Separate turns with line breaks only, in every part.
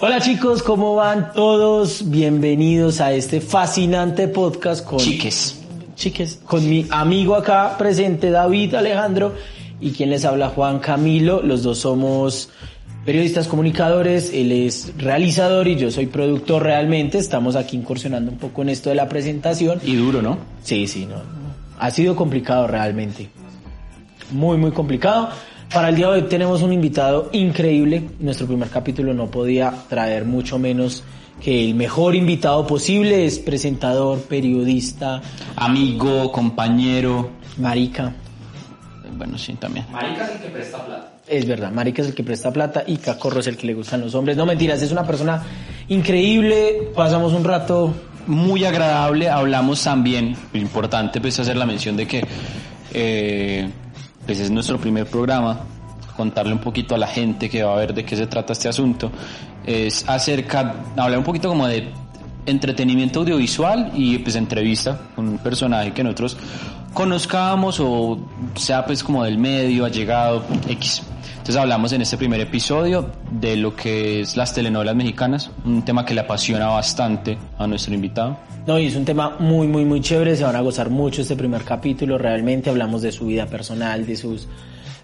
Hola chicos, ¿cómo van todos? Bienvenidos a este fascinante podcast con
Chiques.
Chiques, con mi amigo acá presente David Alejandro y quien les habla Juan Camilo. Los dos somos periodistas comunicadores, él es realizador y yo soy productor realmente. Estamos aquí incursionando un poco en esto de la presentación.
Y duro, ¿no?
Sí, sí, no. no. Ha sido complicado realmente. Muy, muy complicado. Para el día de hoy tenemos un invitado increíble. Nuestro primer capítulo no podía traer mucho menos que el mejor invitado posible. Es presentador, periodista,
Amigo, compañero.
marica.
Bueno, sí, también.
Es verdad, marica es el que presta plata y Cacorro es el que le gustan los hombres. No mentiras, es una persona increíble. Pasamos un rato
Muy agradable. Hablamos también, lo importante pues hacer la mención de que eh, pues es nuestro primer programa. Contarle un poquito a la gente que va a ver de qué se trata este asunto. Es acerca, hablar un poquito como de entretenimiento audiovisual y pues entrevista con un personaje que nosotros conozcamos o sea pues como del medio, allegado, X. Entonces hablamos en este primer episodio de lo que es las telenovelas mexicanas, un tema que le apasiona bastante a nuestro invitado.
No, y es un tema muy, muy, muy chévere. Se van a gozar mucho este primer capítulo. Realmente hablamos de su vida personal, de sus,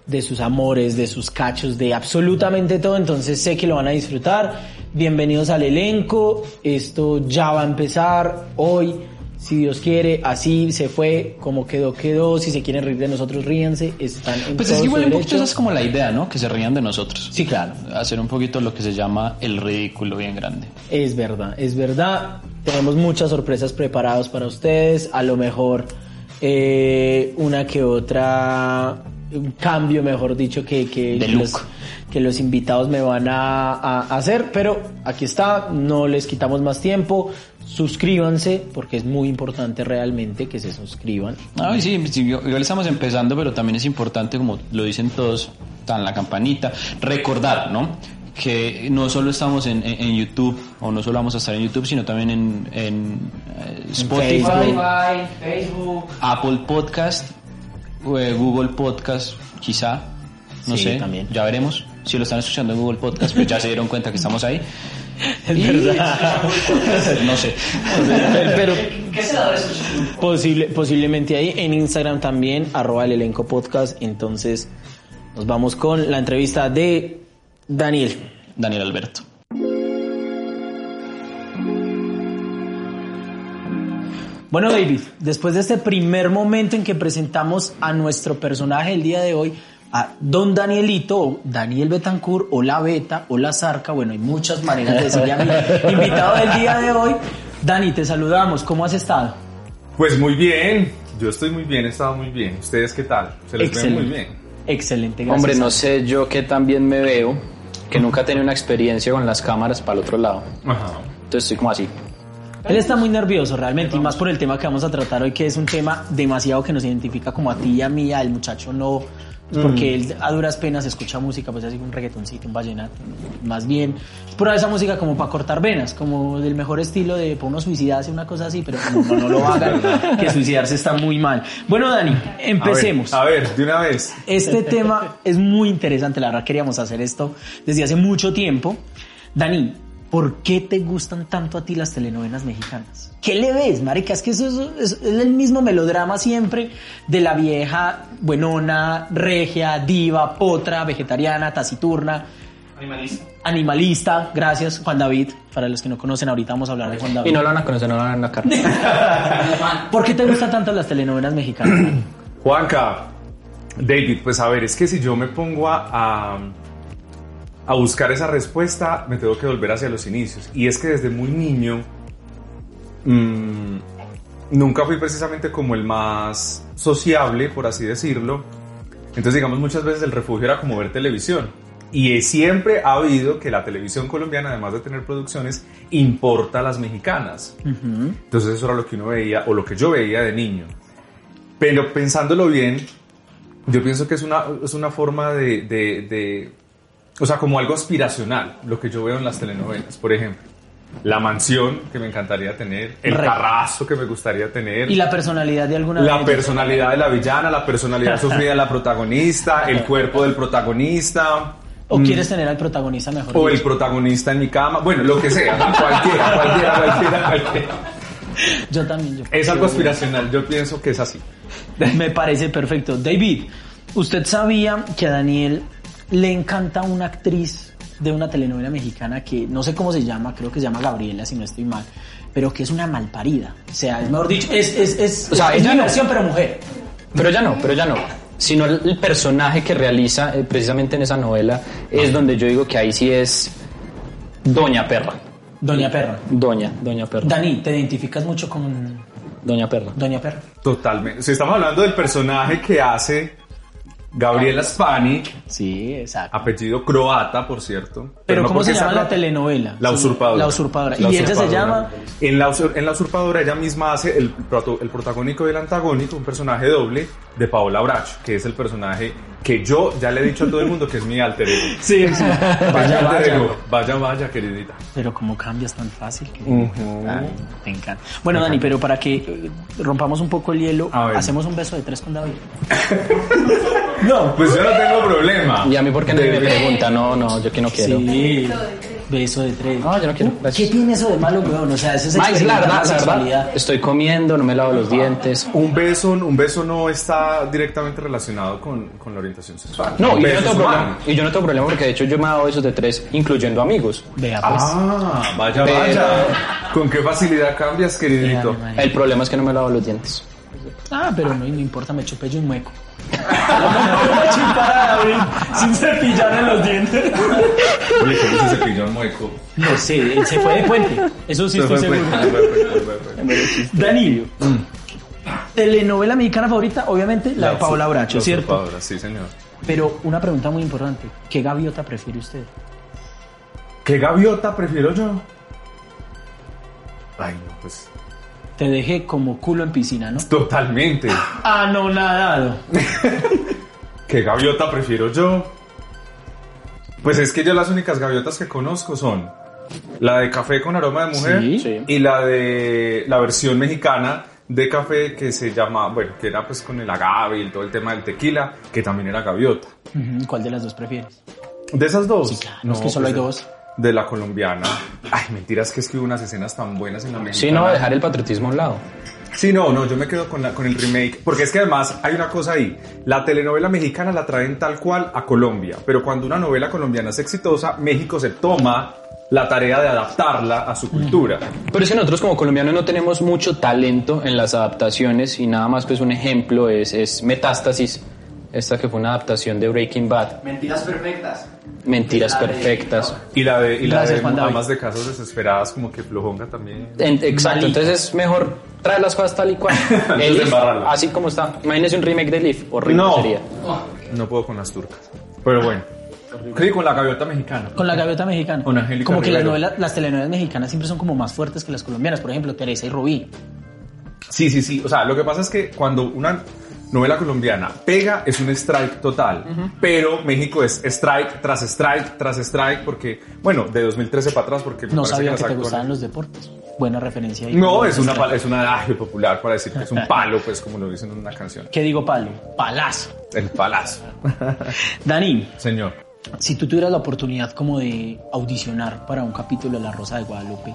de sus amores, de sus cachos, de absolutamente todo. Entonces sé que lo van a disfrutar. Bienvenidos al elenco. Esto ya va a empezar hoy. Si Dios quiere, así se fue, como quedó, quedó. Si se quieren reír de nosotros, ríanse. Están en
Pues
todo
es
su
que igual un poquito
derecho.
esa es como la idea, ¿no? Que se rían de nosotros.
Sí, claro.
Hacer un poquito lo que se llama el ridículo bien grande.
Es verdad, es verdad. Tenemos muchas sorpresas preparadas para ustedes. A lo mejor eh, una que otra, un cambio, mejor dicho, que, que,
De
los,
look.
que los invitados me van a, a hacer. Pero aquí está, no les quitamos más tiempo. Suscríbanse, porque es muy importante realmente que se suscriban.
Ay, sí, sí, igual estamos empezando, pero también es importante, como lo dicen todos, tan la campanita, recordar, ¿no? Que no solo estamos en, en- en YouTube, o no solo vamos a estar en YouTube, sino también en, en, eh, Spotify,
Facebook.
Apple Podcast, eh, Google Podcast, quizá, no
Sí,
sé,
también.
ya veremos. Si lo están escuchando en Google Podcast, pues ya se dieron cuenta que estamos ahí.
Es
Y-
verdad.
no sé.
Pero posible, posiblemente ahí en Instagram también, arroba el elenco podcast. Entonces, nos vamos con la entrevista de Daniel.
Daniel Alberto.
Bueno, David, después de este primer momento en que presentamos a nuestro personaje el día de hoy, a Don Danielito, o Daniel Betancourt, o la Beta, o la Zarca, bueno, hay muchas maneras de decirle a mi invitado del día de hoy. Dani, te saludamos, ¿cómo has estado?
Pues muy bien, yo estoy muy bien, he estado muy bien. ¿Ustedes qué tal? Se les ve muy bien.
Excelente, gracias.
Hombre, no sé, yo que también me veo, que nunca he tenido una experiencia con las cámaras para el otro lado.
Ajá.
Entonces estoy como así.
Él está muy nervioso realmente, y más por el tema que vamos a tratar hoy, que es un tema demasiado que nos identifica como a ti y a mí, al muchacho no, pues
Mm.
porque él a duras penas escucha música, pues así un reggaetoncito, un vallenato, más bien. Es pura esa música como para cortar venas, como del mejor estilo de para uno suicidarse, una cosa así, pero como no, no lo hagan, que suicidarse está muy mal. Bueno, Dani,
A ver,
empecemos.
A ver, de una vez.
Este tema es muy interesante, la verdad queríamos hacer esto desde hace mucho tiempo. Dani, ¿por qué te gustan tanto a ti las telenovelas mexicanas? ¿Qué le ves, marica? Es que eso es, es- es el mismo melodrama siempre de la vieja buenona, regia, diva, potra, vegetariana, taciturna. Animalista. Animalista, gracias Juan David. Para los que no conocen, ahorita vamos a hablar de Juan David.
Y no lo van a conocer, no lo van a conocer.
¿Por qué te gustan tanto las telenovelas mexicanas? Dani?
Juanca, David, pues a ver, es que si yo me pongo a, a, a buscar esa respuesta, me tengo que volver hacia los inicios. Y es que desde muy niño, mm, nunca fui precisamente como el más sociable, por así decirlo. Entonces, digamos, muchas veces el refugio era como ver televisión. Y es- siempre ha habido que la televisión colombiana, además de tener producciones, importa las mexicanas. Entonces eso era lo que uno veía o lo que yo veía de niño. Pero pensándolo bien, yo pienso que es una, es una forma de, de- de- O sea, como algo aspiracional, lo que yo veo en las telenovelas, por ejemplo. La mansión que me encantaría tener, el
Re.
carrazo que me gustaría tener.
Y la personalidad de alguna
La
vez?
personalidad de la villana, la personalidad sufrida de la protagonista, el cuerpo del protagonista.
¿O
mm,
quieres tener al protagonista mejor?
O el
dicho?
protagonista en mi cama. Bueno, lo que sea. Cualquiera, cualquiera, cualquiera, cualquiera.
Yo también. Yo.
Es algo aspiracional. Yo pienso que es así.
Me parece perfecto. David, ¿usted sabía que a Daniel le encanta una actriz de una telenovela mexicana que no sé cómo se llama, creo que se llama Gabriela, si no estoy mal, pero que es una malparida? O sea, es mejor dicho, es, es, es,
O sea,
es
ella
mi
no-
versión, pero mujer.
Pero ya no, pero ya no. Sino el, el personaje que realiza eh, precisamente en esa novela es donde yo digo que ahí sí es Doña Perra.
Doña Perra.
Doña, Doña Perra.
Dani, ¿te identificas mucho con
Doña Perra.
Doña Perra?
Totalmente. Si estamos hablando del personaje que hace Gabriela Spani,
Sí, exacto.
apellido croata, por cierto.
Pero,
no
¿cómo
porque
se llama
sea
la
croata.
telenovela?
La
Sí,
usurpadora.
La usurpadora.
La
y ella se
usurpadora.
llama...
En la, usur- en la usurpadora ella misma hace el, proto- el protagónico y el antagónico, un personaje doble de Paola Bracho, que es el personaje que yo ya le he dicho a todo el mundo que es mi alter ego.
Sí, sí.
Vaya, vaya, vaya, vaya, queridita.
Pero cómo cambias tan fácil. que- Ay, me encanta. Bueno, Dani, pero para que eh, rompamos un poco el hielo,
A ver.
hacemos un beso de tres con David.
No, pues yo no tengo problema.
Y a mí porque nadie me pregunta, no, no, yo que no quiero.
Sí. Beso de tres.
No, yo no quiero.
¿Qué
Gracias.
tiene eso de malo, weón? O sea, eso es
Ma, es la
experimentar
verdad,
la
la verdad.
sexualidad.
Estoy comiendo, no me lavo los dientes.
Un beso, un beso no está directamente relacionado con, con la orientación sexual.
No,
Un
y yo no
beso
tengo
es
problema.
humano.
Y yo no tengo problema porque de hecho yo me he dado esos de tres, incluyendo amigos.
Vea, pues.
Ah, vaya, vaya. ¿Con qué facilidad cambias, queridito?
Vea, mi madre.
El problema es que no me lavo los dientes.
Ah, pero no, no importa, me chupé yo un hueco. Una chimpada de David sin cepillar en los dientes.
Oye, ¿cómo se cepilló el mueco?
No sé, él se fue de puente. Eso sí
Se
estoy
fue, fue,
seguro.
fue, fue, fue, fue.
Danilo. Telenovela mexicana favorita, obviamente, la, de Paola Bracho,
La
¿cierto?
usurpadora, sí, señor.
Pero una pregunta muy importante. ¿Qué gaviota prefiere usted?
¿Qué gaviota prefiero yo? Ay, no, pues.
Te dejé como culo en piscina, ¿no?
Totalmente.
Ah, no, nadado.
¿Qué gaviota prefiero yo? Pues es que yo las únicas gaviotas que conozco son la de café con aroma de mujer
Sí.
Sí.
y la de la versión mexicana de café que se llama, bueno, que era pues con el agave y todo el tema del tequila, que también era gaviota.
Ujú, ¿Cuál de las dos prefieres?
¿De esas dos? pues,
Sí, claro, es que solo hay
de-
dos.
De la colombiana. Ay, mentiras, que es que hubo unas escenas tan buenas en la mexicana.
Sí, no, dejar el patriotismo a un lado.
Sí, no, no, yo me quedo con, la, con el remake, porque es que además hay una cosa ahí, la telenovela mexicana la traen tal cual a Colombia, pero cuando una novela colombiana es exitosa, México se toma la tarea de adaptarla a
Mm.
su cultura.
Pero es que nosotros como colombianos no tenemos mucho talento en las adaptaciones y nada más pues un ejemplo es, es Metástasis, esta que fue una adaptación de Breaking Bad.
Mentiras perfectas.
Mentiras perfectas.
Y la de, y la
Gracias, Juan
de
David.
Amas de Casas Desesperadas, como que flojonga también.
En- exacto,
Malito.
entonces es mejor traer las cosas tal y cual.
de
El Leaf,
embarrarla.
así como está. Imagínese un remake de Leaf, horrible
No.
sería.
No puedo con las turcas. Pero bueno, creo que con la gaviota mexicana.
Con la gaviota mexicana.
Con Angélica
como que las,
Rivero.
novelas- las telenovelas mexicanas siempre son como más fuertes que las colombianas. Por ejemplo, Teresa y Rubí.
Sí, sí, sí. O sea, lo que pasa es que cuando una novela colombiana pega es un strike total, pero México es strike tras strike tras strike porque, bueno, de 2013 para atrás porque me
No
parece
sabía que
las
te
actores-
gustaban los deportes. Buena referencia ahí.
No, es una pala- es un adagio popular para decir que es un palo, pues como lo dicen en una canción.
¿Qué digo, palo? Palazo.
El palazo,
Dani,
señor.
Si tú tuvieras la oportunidad como de audicionar para un capítulo de La Rosa de Guadalupe,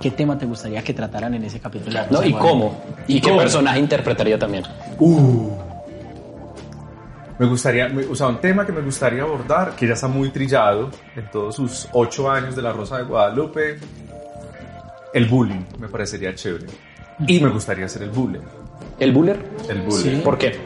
¿qué tema te gustaría que trataran en ese capítulo? de La Rosa
¿No?
de
¿Y
Guadalupe?
cómo? ¿Y qué personaje interpretaría también?
Uh. Me gustaría, me- o sea, un tema que me gustaría abordar, que ya está muy trillado en todos sus ocho años de la Rosa de Guadalupe, el bullying, me parecería chévere. Y me gustaría hacer el bullying.
¿El Buller?
El bullying.
¿Por qué?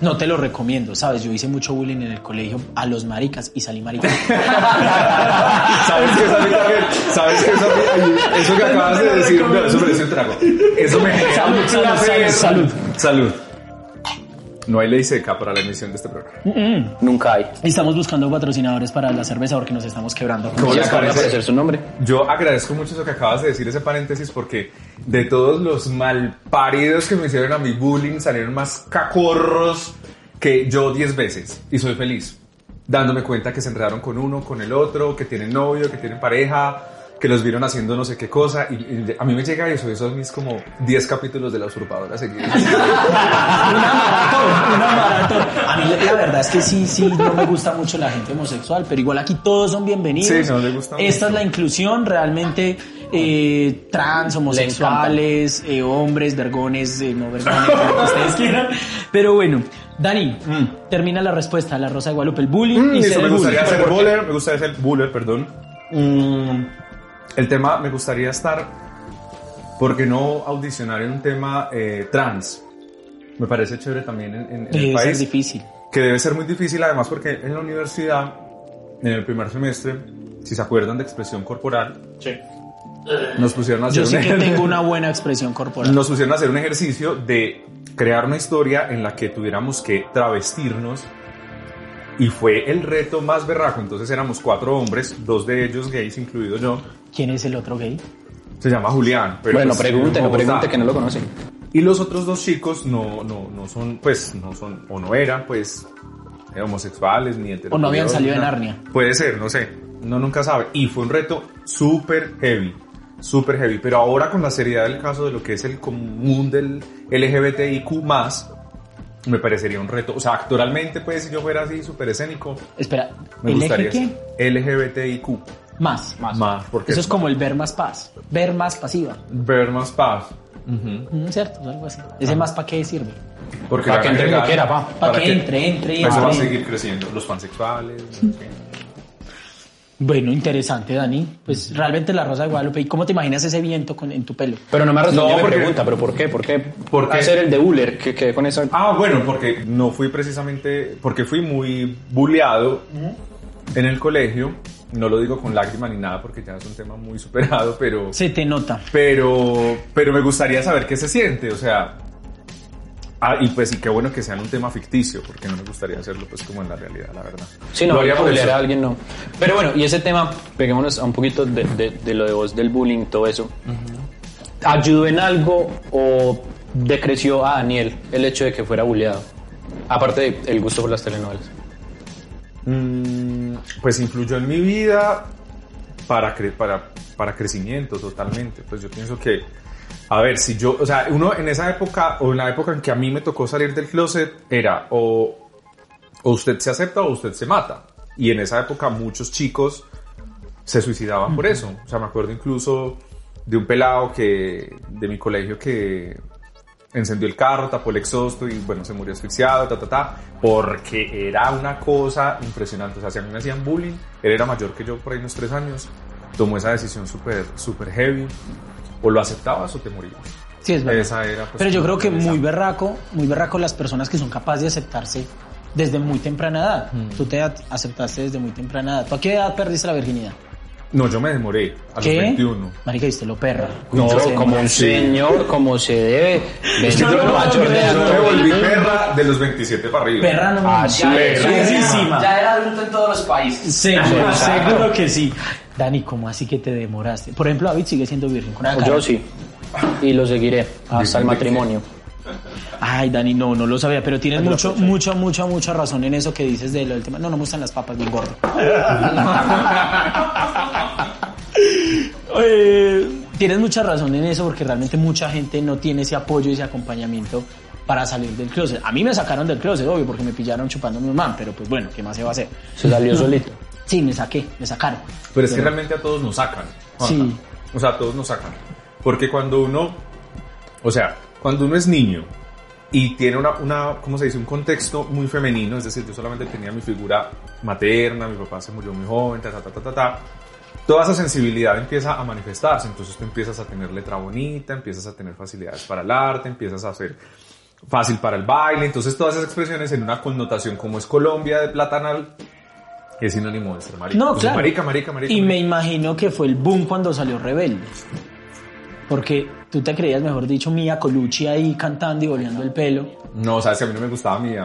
No te lo recomiendo, ¿sabes? Yo hice mucho bullying en el colegio a los maricas y salí marica.
¿Sabes qué? ¿Sabes qué? ¿Sabes qué? ¿Sabes qué? Eso que acabas de decir, no, eso merece un trago. Eso me genera
Salud,
mucho
salud,
placer.
salud,
Salud. No hay ley seca para la emisión de este programa.
Nunca hay.
Estamos buscando patrocinadores para la cerveza porque nos estamos quebrando.
¿Cómo
Ya
les
acaba de
parece?
aparecer su nombre.
Yo agradezco mucho eso que acabas de decir, ese paréntesis, porque de todos los malparidos que me hicieron a mi bullying salieron más cacorros que yo 10 veces. Y soy feliz, dándome cuenta que se enredaron con uno, con el otro, que tienen novio, que tienen pareja, que los vieron haciendo no sé qué cosa. Y, y a mí me llega eso, esos mis como 10 capítulos de La Usurpadora seguidos.
Una maratón, una maratón. A mí la verdad es que sí, sí, no me gusta mucho la gente homosexual, pero igual aquí todos son bienvenidos.
Sí, no, le gusta mucho.
Esta es la inclusión realmente. eh, trans, homosexuales, eh, hombres, vergones, eh, no vergones, lo que ustedes quieran. Pero bueno, Dani, termina la respuesta a la Rosa de Guadalupe, el bullying
Mm,
y
eso,
ser el
me
bully.
gustaría
Pero
hacer
¿por qué?
bowler, me gustaría hacer bowler, perdón. Mm, el tema me gustaría estar, porque no audicionar en un tema eh, trans? Me parece chévere también en, en- en el
Debe ser
país.
difícil.
Que debe ser muy difícil, además, porque en la universidad, en el primer semestre, si se acuerdan de expresión corporal, nos pusieron a hacer
Yo sí
un-
que tengo una buena expresión corporal.
nos pusieron a hacer un ejercicio de crear una historia en la que tuviéramos que travestirnos y fue el reto más berraco. Entonces éramos cuatro hombres, dos de ellos gays, incluido yo.
¿Quién es el otro gay?
Se llama Julián. Pero
bueno,
pues,
pregúntenlo,
Bogotá.
pregúntenlo, que no lo conocen.
Y los otros dos chicos no, no, no son, pues, no son, o no eran, pues, eh, homosexuales, ni heterosexuales.
O no habían salido de
nada.
Narnia.
Puede ser, no sé. No nunca sabe. Y fue un reto súper heavy. Súper heavy. Pero ahora con la seriedad del caso de lo que es el común del LGBTIQ más, me parecería un reto. O sea, actoralmente, pues, si yo fuera así súper escénico,
Espera,
me
¿el
gustaría.
eje qué?
ser LGBTIQ.
Más.
Más, porque
Eso es como el ver más paz, ver más pasiva,
ver más paz. Ujú.
Mm, ¿cierto? Algo así.
Ah.
¿Ese más para qué sirve?
Porque
Para
la
que entre
realidad-
cualquiera, pa.
Para que entre, entre,
Eso va a
entre.
seguir creciendo. Los pansexuales. no sé.
Bueno, interesante, Dani.
Mm.
Pues realmente la Rosa de Guadalupe. ¿Y cómo te imaginas ese viento con- en tu pelo?
Pero no me ha respondido
No,
mi
porque-
pregunta, pero ¿por qué? ¿Por qué?
¿Por qué?
Hacer el de Buller, que quedé con eso.
Ah, bueno, porque no fui precisamente, porque fui muy bulleado en el colegio. No lo digo con lágrimas ni nada porque ya es un tema muy superado, pero,
Se te nota.
pero, pero me gustaría saber qué se siente, o sea. Ah, y pues, y qué bueno que sean un tema ficticio, porque no me gustaría hacerlo pues como en la realidad, la verdad.
Sí, no,
Lo haría por
bullear
eso.
a alguien no. Pero bueno, y ese tema, peguémonos a un poquito de, de- de lo de vos, del bullying, todo eso. ¿Ayudó en algo o decreció a Daniel el hecho de que fuera bulleado? Aparte del gusto por las telenovelas.
Mm, pues influyó en mi vida para, cre- para, para crecimiento totalmente. Pues yo pienso que, a ver, si yo, o sea, uno en esa época o en la época en que a mí me tocó salir del closet era o, o usted se acepta o usted se mata. Y en esa época muchos chicos se suicidaban por eso. O sea, me acuerdo incluso de un pelado que, de mi colegio que encendió el carro, tapó el exhausto y bueno, se murió asfixiado, ta, ta, ta, porque era una cosa impresionante. O sea, si a mí me hacían bullying, él era mayor que yo por ahí unos tres años, tomó esa decisión súper, súper heavy. O lo aceptabas o te morías.
Sí, es verdad.
Esa era, pues,
Pero yo creo
como
que
esa.
muy berraco, muy berraco las personas que son capaces de aceptarse desde muy temprana edad.
Mm.
Tú te at- aceptaste desde muy temprana edad. ¿Tú a qué edad perdiste la virginidad?
No, yo me demoré a los
¿Qué?
21.
Marica, viste lo perra.
No,
Se
como un señor, como se debe. Bendito
no, no,
mayor de
no,
edad.
Yo me volví perra de los 27 para arriba.
Perra no
Ah, sí,
perra.
perra.
Perrísima.
era adulto en todos los países.
Seguro, seguro que sí. Dani, ¿cómo así que te demoraste? Por ejemplo, David sigue siendo virgen. con una cara.
Yo sí. Y lo seguiré hasta el matrimonio.
Ay, Dani, no, no lo sabía, pero tienes mucho, mucha, mucha, mucha razón en eso que dices de lo del tema. No, no me gustan las papas, bien gordo. Eh, tienes mucha razón en eso porque realmente mucha gente no tiene ese apoyo y ese acompañamiento para salir del closet. A mí me sacaron del closet, obvio, porque me pillaron chupando a mi mamá, pero pues bueno, ¿qué más se va a hacer?
Se salió solito.
Sí, me saqué, me sacaron.
Pero es que realmente a todos nos sacan. Juanca.
Sí.
O sea, a todos nos sacan. Porque cuando uno, o sea, cuando uno es niño y tiene una, una, ¿cómo se dice? Un contexto muy femenino, es decir, yo solamente tenía mi figura materna, mi papá se murió muy joven, ta, ta, ta, ta, ta, ta. Toda esa sensibilidad empieza a manifestarse, entonces tú empiezas a tener letra bonita, empiezas a tener facilidades para el arte, empiezas a ser fácil para el baile, entonces todas esas expresiones en una connotación como es Colombia de platanal es sinónimo de ser marica.
No,
Entonces,
claro.
Marica, marica, marica.
Y
marica.
me imagino que fue el boom cuando salió Rebelde. Porque Tú te creías, mejor dicho, Mia Colucci ahí cantando y boleando el pelo.
No, sabes que a mí no me gustaba mía.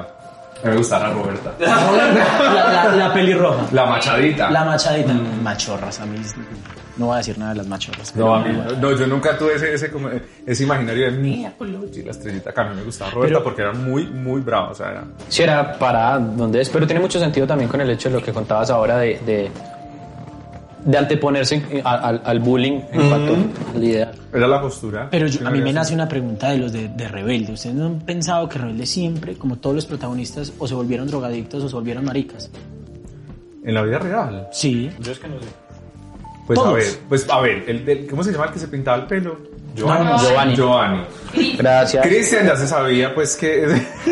A mí me gustaba la Roberta.
La, la, la pelirroja.
La machadita.
La machadita. Machorras, a mí. No voy a decir nada de las machorras.
No,
pero
a mí,
bueno.
no, yo nunca tuve ese, ese, como- ese imaginario de mía, Colucci, la estrellita. Acá a mí me gustaba Roberta porque era muy, muy brava. O sea, era-
Si era para donde es, pero tiene mucho sentido también con el hecho de lo que contabas ahora de, de, de anteponerse en- a- al- al bullying en
Mm.
cuanto a la idea.
era la postura.
Pero yo-
Sí,
a mí me
era así.
nace una pregunta de los de, de Rebelde. ¿Ustedes no han pensado que Rebelde siempre, como todos los protagonistas, o se volvieron drogadictos o se volvieron maricas?
En la vida real.
Sí.
Pues
Todos.
a ver, pues a ver, el, del- ¿cómo se llama el que se pintaba el pelo?
No, no,
Giovanni.
Giovanni.
Gracias.
Cristian ya se sabía, pues que.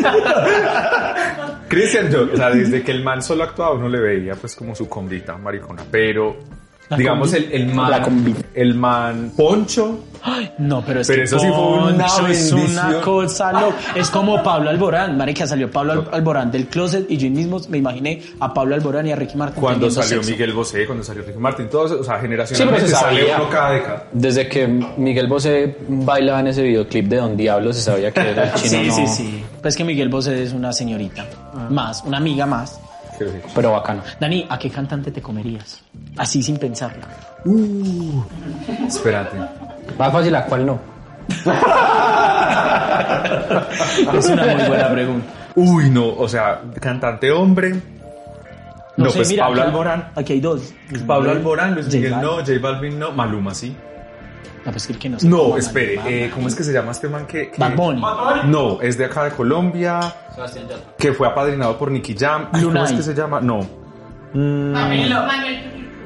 Cristian, yo, o sea, desde que el man solo actuaba, uno le veía, pues, como su combita maricona. Pero,
La
digamos,
combi.
el, el man.
La combita.
El man Poncho.
Ay, no, pero es
Pero
que
eso sí fue una
Poncho es
bendición.
una cosa loca. Es como Pablo Alborán, marica, salió Pablo Al- Alborán del closet y yo mismo me imaginé a Pablo Alborán y a Ricky Martin
Cuando
teniendo
salió
sexo.
Miguel Bosé, cuando salió Ricky Martin, todos, o sea,
Sí, pero
generacionalmente
se
sale
sabía.
uno cada década.
Desde que Miguel Bosé bailaba en ese videoclip de Don Diablo, se sabía que era el chino.
Sí,
no,
sí, sí. Pues que Miguel Bosé es una señorita más, una amiga más.
Quiero decir,
Pero bacano.
Dani, ¿a qué cantante te comerías? Así sin pensarlo.
Espérate.
Más fácil, ¿a cuál no?
Es una muy buena pregunta.
Uy, no, o sea, cantante hombre. No,
sé,
pues
mira,
Pablo
acá-
Alborán.
Aquí hay dos.
Pues Pablo Alborán, Luis
J
Miguel
Balvin.
no, J Balvin no, Maluma sí.
No, pues que el que no se
No,
coma,
espere,
Maluma.
eh, ¿cómo es que se llama este man que, que-
Bad Bunny.
No, es de acá de Colombia, que fue apadrinado por Nicky Jam. Ay, ¿Cómo es
Lunay.
que se llama? No. Mm,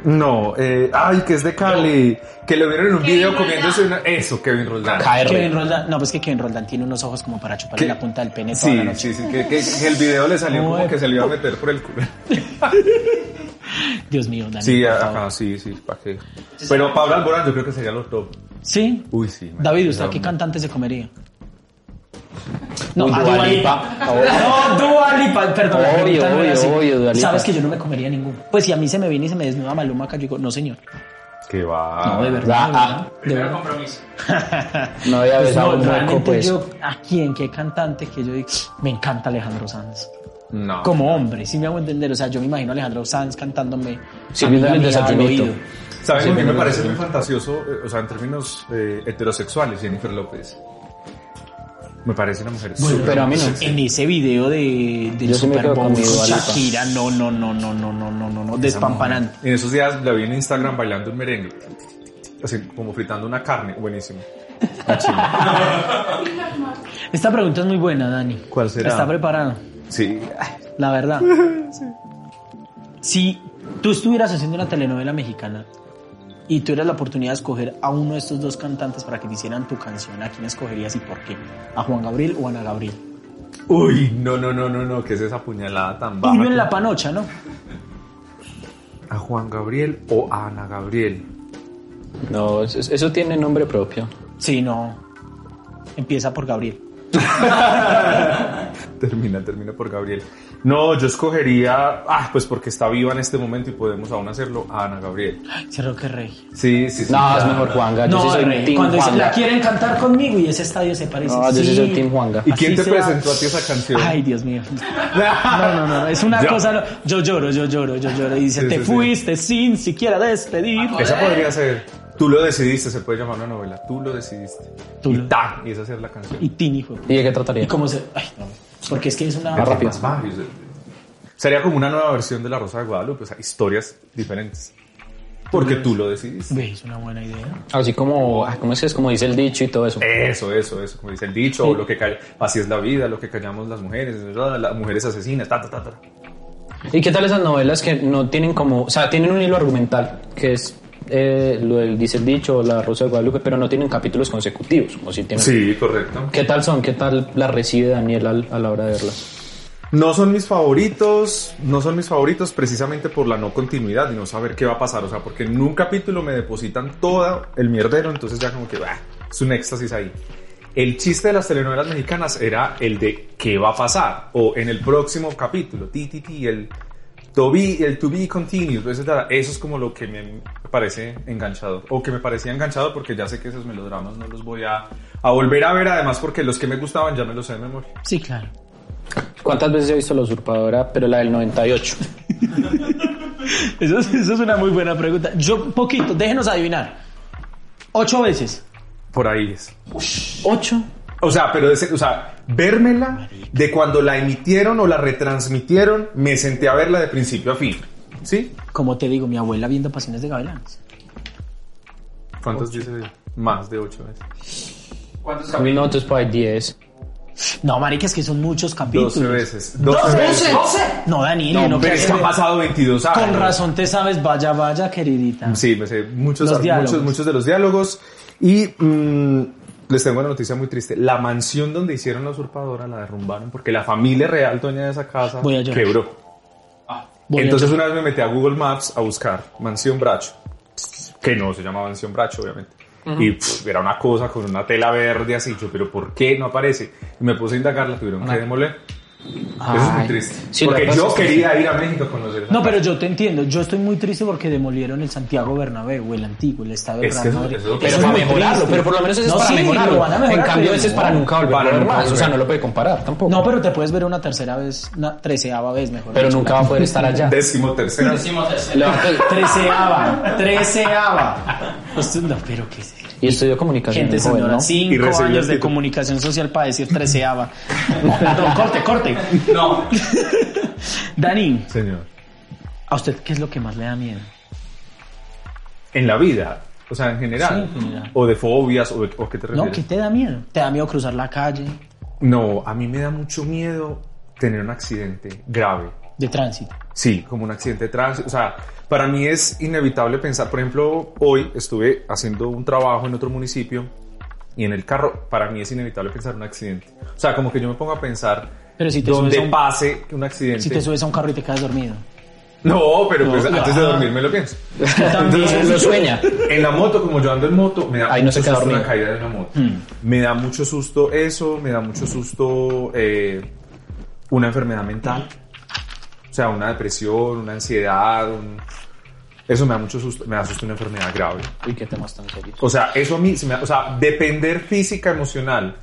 no, eh, ay, que es de Cali, que lo vieron en un video comiéndose una... Eso, Kevin Roldán.
Kevin Roldán. No, pues que Kevin Roldán tiene unos ojos como para chuparle
¿Qué?
la punta del pene toda
Sí,
la noche.
sí, sí, que, que- que el video le salió como
Joder.
que se le iba a meter por el culo.
Dios mío, Dani.
Sí,
por favor.
acá, sí, sí, ¿para qué? Pero Pablo Alborán yo creo que sería los top.
Sí.
Uy, sí. me-
David, ¿usted a qué
me-
cantante se comería? No,
Uy,
a
Dua
Dua
Lipa.
Lipa. No, Dua Lipa, perdón. la
Obvio,
pregunta no era
obvio,
así.
obvio, Dua Lipa.
Sabes que yo no me comería ninguno. Pues si a mí se me viene y se me desnuda Maluma acá, yo digo, no señor.
Que va.
No, de verdad.
Ah, ah.
de verdad.
No había
Pues
besado
no,
un hueco,
realmente
pues.
yo, ¿a quién? ¿Qué cantante que yo digo? Me encanta Alejandro Sanz.
No.
Como hombre, si me hago entender. O sea, yo me imagino a Alejandro Sanz cantándome.
Sí,
a
viéndole
mí, a mí,
el
al
desayunito.
oído.
¿Saben a mí me parece muy fantasioso? eh, o sea, en términos eh, heterosexuales, Jennifer López. Me parece una mujer súper
pero a mí no.
En ese video de, del
Yo sí me
Super
quedo con
Bowl,
mi Dua Lipa.
Shakira, no, no, no, no, no, no, no, no, no, despampanante.
En esos días la vi en Instagram bailando un merengue. Así como fritando una carne. Buenísimo.
Esta pregunta es muy buena, Dani.
¿Cuál será?
¿Está preparado?
Sí.
La verdad. Si tú estuvieras haciendo una telenovela mexicana y tuvieras la oportunidad de escoger a uno de estos dos cantantes para que te hicieran tu canción, ¿a quién escogerías y por qué? ¿A Juan Gabriel o a Ana Gabriel?
Uy, no, no, no, no, no. ¿Qué es esa puñalada tan baja?
Puño en la panocha, ¿no?
¿A Juan Gabriel o a Ana Gabriel?
No, es- eso tiene nombre propio.
Sí, no. Empieza por Gabriel.
Termina, termina por Gabriel. No, yo escogería, ah, pues porque está viva en este momento y podemos aún hacerlo, a Ana Gabriel.
Cierro que rey.
Sí, sí, sí.
No, es
claro.
mejor Juanga. Ah, Yo sí
No,
soy
rey.
team
Cuando dicen,
Juanga.
la quieren cantar conmigo y ese estadio se parece.
No, yo sí
Sí.
soy team Juanga.
¿Y
Así
quién te
será.
presentó a ti esa canción?
Ay, Dios mío. No, no, no, es una
Ya.
cosa. no- Yo lloro, yo lloro, yo lloro. Y dice,
Sí,
te
sí, sí.
fuiste sin siquiera despedir.
Esa podría ser. Tú lo decidiste, se puede llamar una novela. Tú lo decidiste.
Tú
y
lo-
tan, y esa es la canción.
Y Tini, hijo.
¿Y de qué trataría?
Y cómo se. Ay, no. Porque es que es una.
Más rápido.
Ah, y se- Sería como una nueva versión de La Rosa de Guadalupe, o sea, historias diferentes. Porque tú lo decidiste.
Ve, es una buena idea.
Así como, ah, ¿cómo es que es como dice el dicho y todo eso?
Eso, eso, eso, como dice el dicho, o lo que calla, así es la vida, lo que callamos las mujeres, ¿verdad? las mujeres asesinas, ta, ta, ta, ta.
¿Y qué tal esas novelas que no tienen como, o sea, tienen un hilo argumental que es eh, lo del dice el dicho, la Rosa de Guadalupe, pero no tienen capítulos consecutivos, como si tienen.
Sí, correcto.
¿Qué tal son? ¿Qué tal las recibe Daniel al- a la hora de verlas?
No son mis favoritos, no son mis favoritos precisamente por la no continuidad y no saber qué va a pasar, o sea, porque en un capítulo me depositan todo el mierdero, entonces ya como que bah, es un éxtasis ahí. El chiste de las telenovelas mexicanas era el de qué va a pasar o en el próximo capítulo, ti ti ti el to be, el to be continued, etcétera. Eso es como lo que me parece enganchador. O que me parecía enganchador porque ya sé que esos melodramas no los voy a, a volver a ver. Además, porque los que me gustaban ya me los sé de memoria.
Sí, claro.
¿Cuántas veces he visto La Usurpadora? Pero la del 98.
Eso, es- eso es una muy buena pregunta. Yo, poquito, déjenos adivinar. Ocho veces.
Por ahí es.
Ocho.
O sea, pero ese- o sea, vérmela de cuando la emitieron o la retransmitieron, me senté a verla de principio a fin. ¿Sí?
Como te digo, mi abuela viendo Pasiones de Gavilanes.
¿Cuántos dices? Más de ocho veces.
¿Cuántos
A mí no, entonces para 10.
No, marica, es que son muchos capítulos.
Doce veces. Doce veces.
No, Dani,
No,
no,
pero es que han pasado 22 años.
Con razón te sabes, vaya, vaya, queridita.
Sí, me sé muchos,
Los diálogos.
muchos, muchos de los diálogos. Y mm, les tengo una noticia muy triste. La mansión donde hicieron la usurpadora la derrumbaron porque la familia real dueña de esa casa
Voy a llorar. Ah,
quebró.
Voy a
Entonces una vez me metí a Google Maps a buscar Mansión Bracho, que no se llama Mansión Bracho, obviamente. Y pff, era una cosa con una tela verde así, yo, pero ¿por qué no aparece? Y me puse a indagarla, tuvieron que demoler. Eso es muy
Ay.
triste.
Sí,
porque
lo que pasa
yo
es que
quería ir a México a conocer. esa
No, pero
casa.
yo te entiendo. Yo estoy muy triste porque demolieron el Santiago Bernabéu, el antiguo, el Estadio
Es
de
que
Gran
eso-
Madrid.
eso-
Pero
Eso
para
es muy
mejorarlo,
triste.
pero por lo menos ese
No,
es para
sí,
mejorarlo.
lo van a mejorar,
en cambio,
pero
ese es
no.
para nunca volver
Para
a ver
nunca
más. O sea,
volver.
no lo puede comparar tampoco.
No, pero te puedes ver una tercera vez, una treceava vez, mejor.
pero
dicho.
nunca va a poder estar allá.
Décimo tercero.
Le va a pe-
Treceava, treceava. Esto- Pues, No, pero qué es
y estudió comunicación.
Gente
el joven,
señora,
¿no?
Y
cinco
recibió el
años de
título.
comunicación social para decir treceava. No, corte, corte.
No.
Dani,
Señor.
¿a usted qué es lo que más le da miedo?
En la vida, o sea, en general.
Sí, en general.
O de fobias, o, de- o qué te refieres.
No, ¿qué te da miedo? ¿Te da miedo cruzar la calle
No, a mí me da mucho miedo tener un accidente grave.
de tránsito?
Sí, como un accidente de tránsito. O sea, para mí es inevitable pensar, por ejemplo, hoy estuve haciendo un trabajo en otro municipio y en el carro, para mí es inevitable pensar un accidente. O sea, como que yo me pongo a pensar
Pero si te
donde
subes a un-
pase un accidente.
Si te subes a un carro y te quedas dormido.
No, pero pues
No,
antes de
ah.
dormir me lo pienso.
Yo también.
Lo sueña.
En la moto, como yo ando en moto, me da
Ahí no
mucho
se queda
susto una
dormido. Hmm.
caída de una moto. Me da mucho susto eso, me da mucho susto eh, una enfermedad mental. O sea, una depresión, una ansiedad, un- Eso me da mucho susto, me da susto una enfermedad grave.
Uy, qué temas tan serios.
O sea, eso a mí, se me da- o sea, depender física, emocional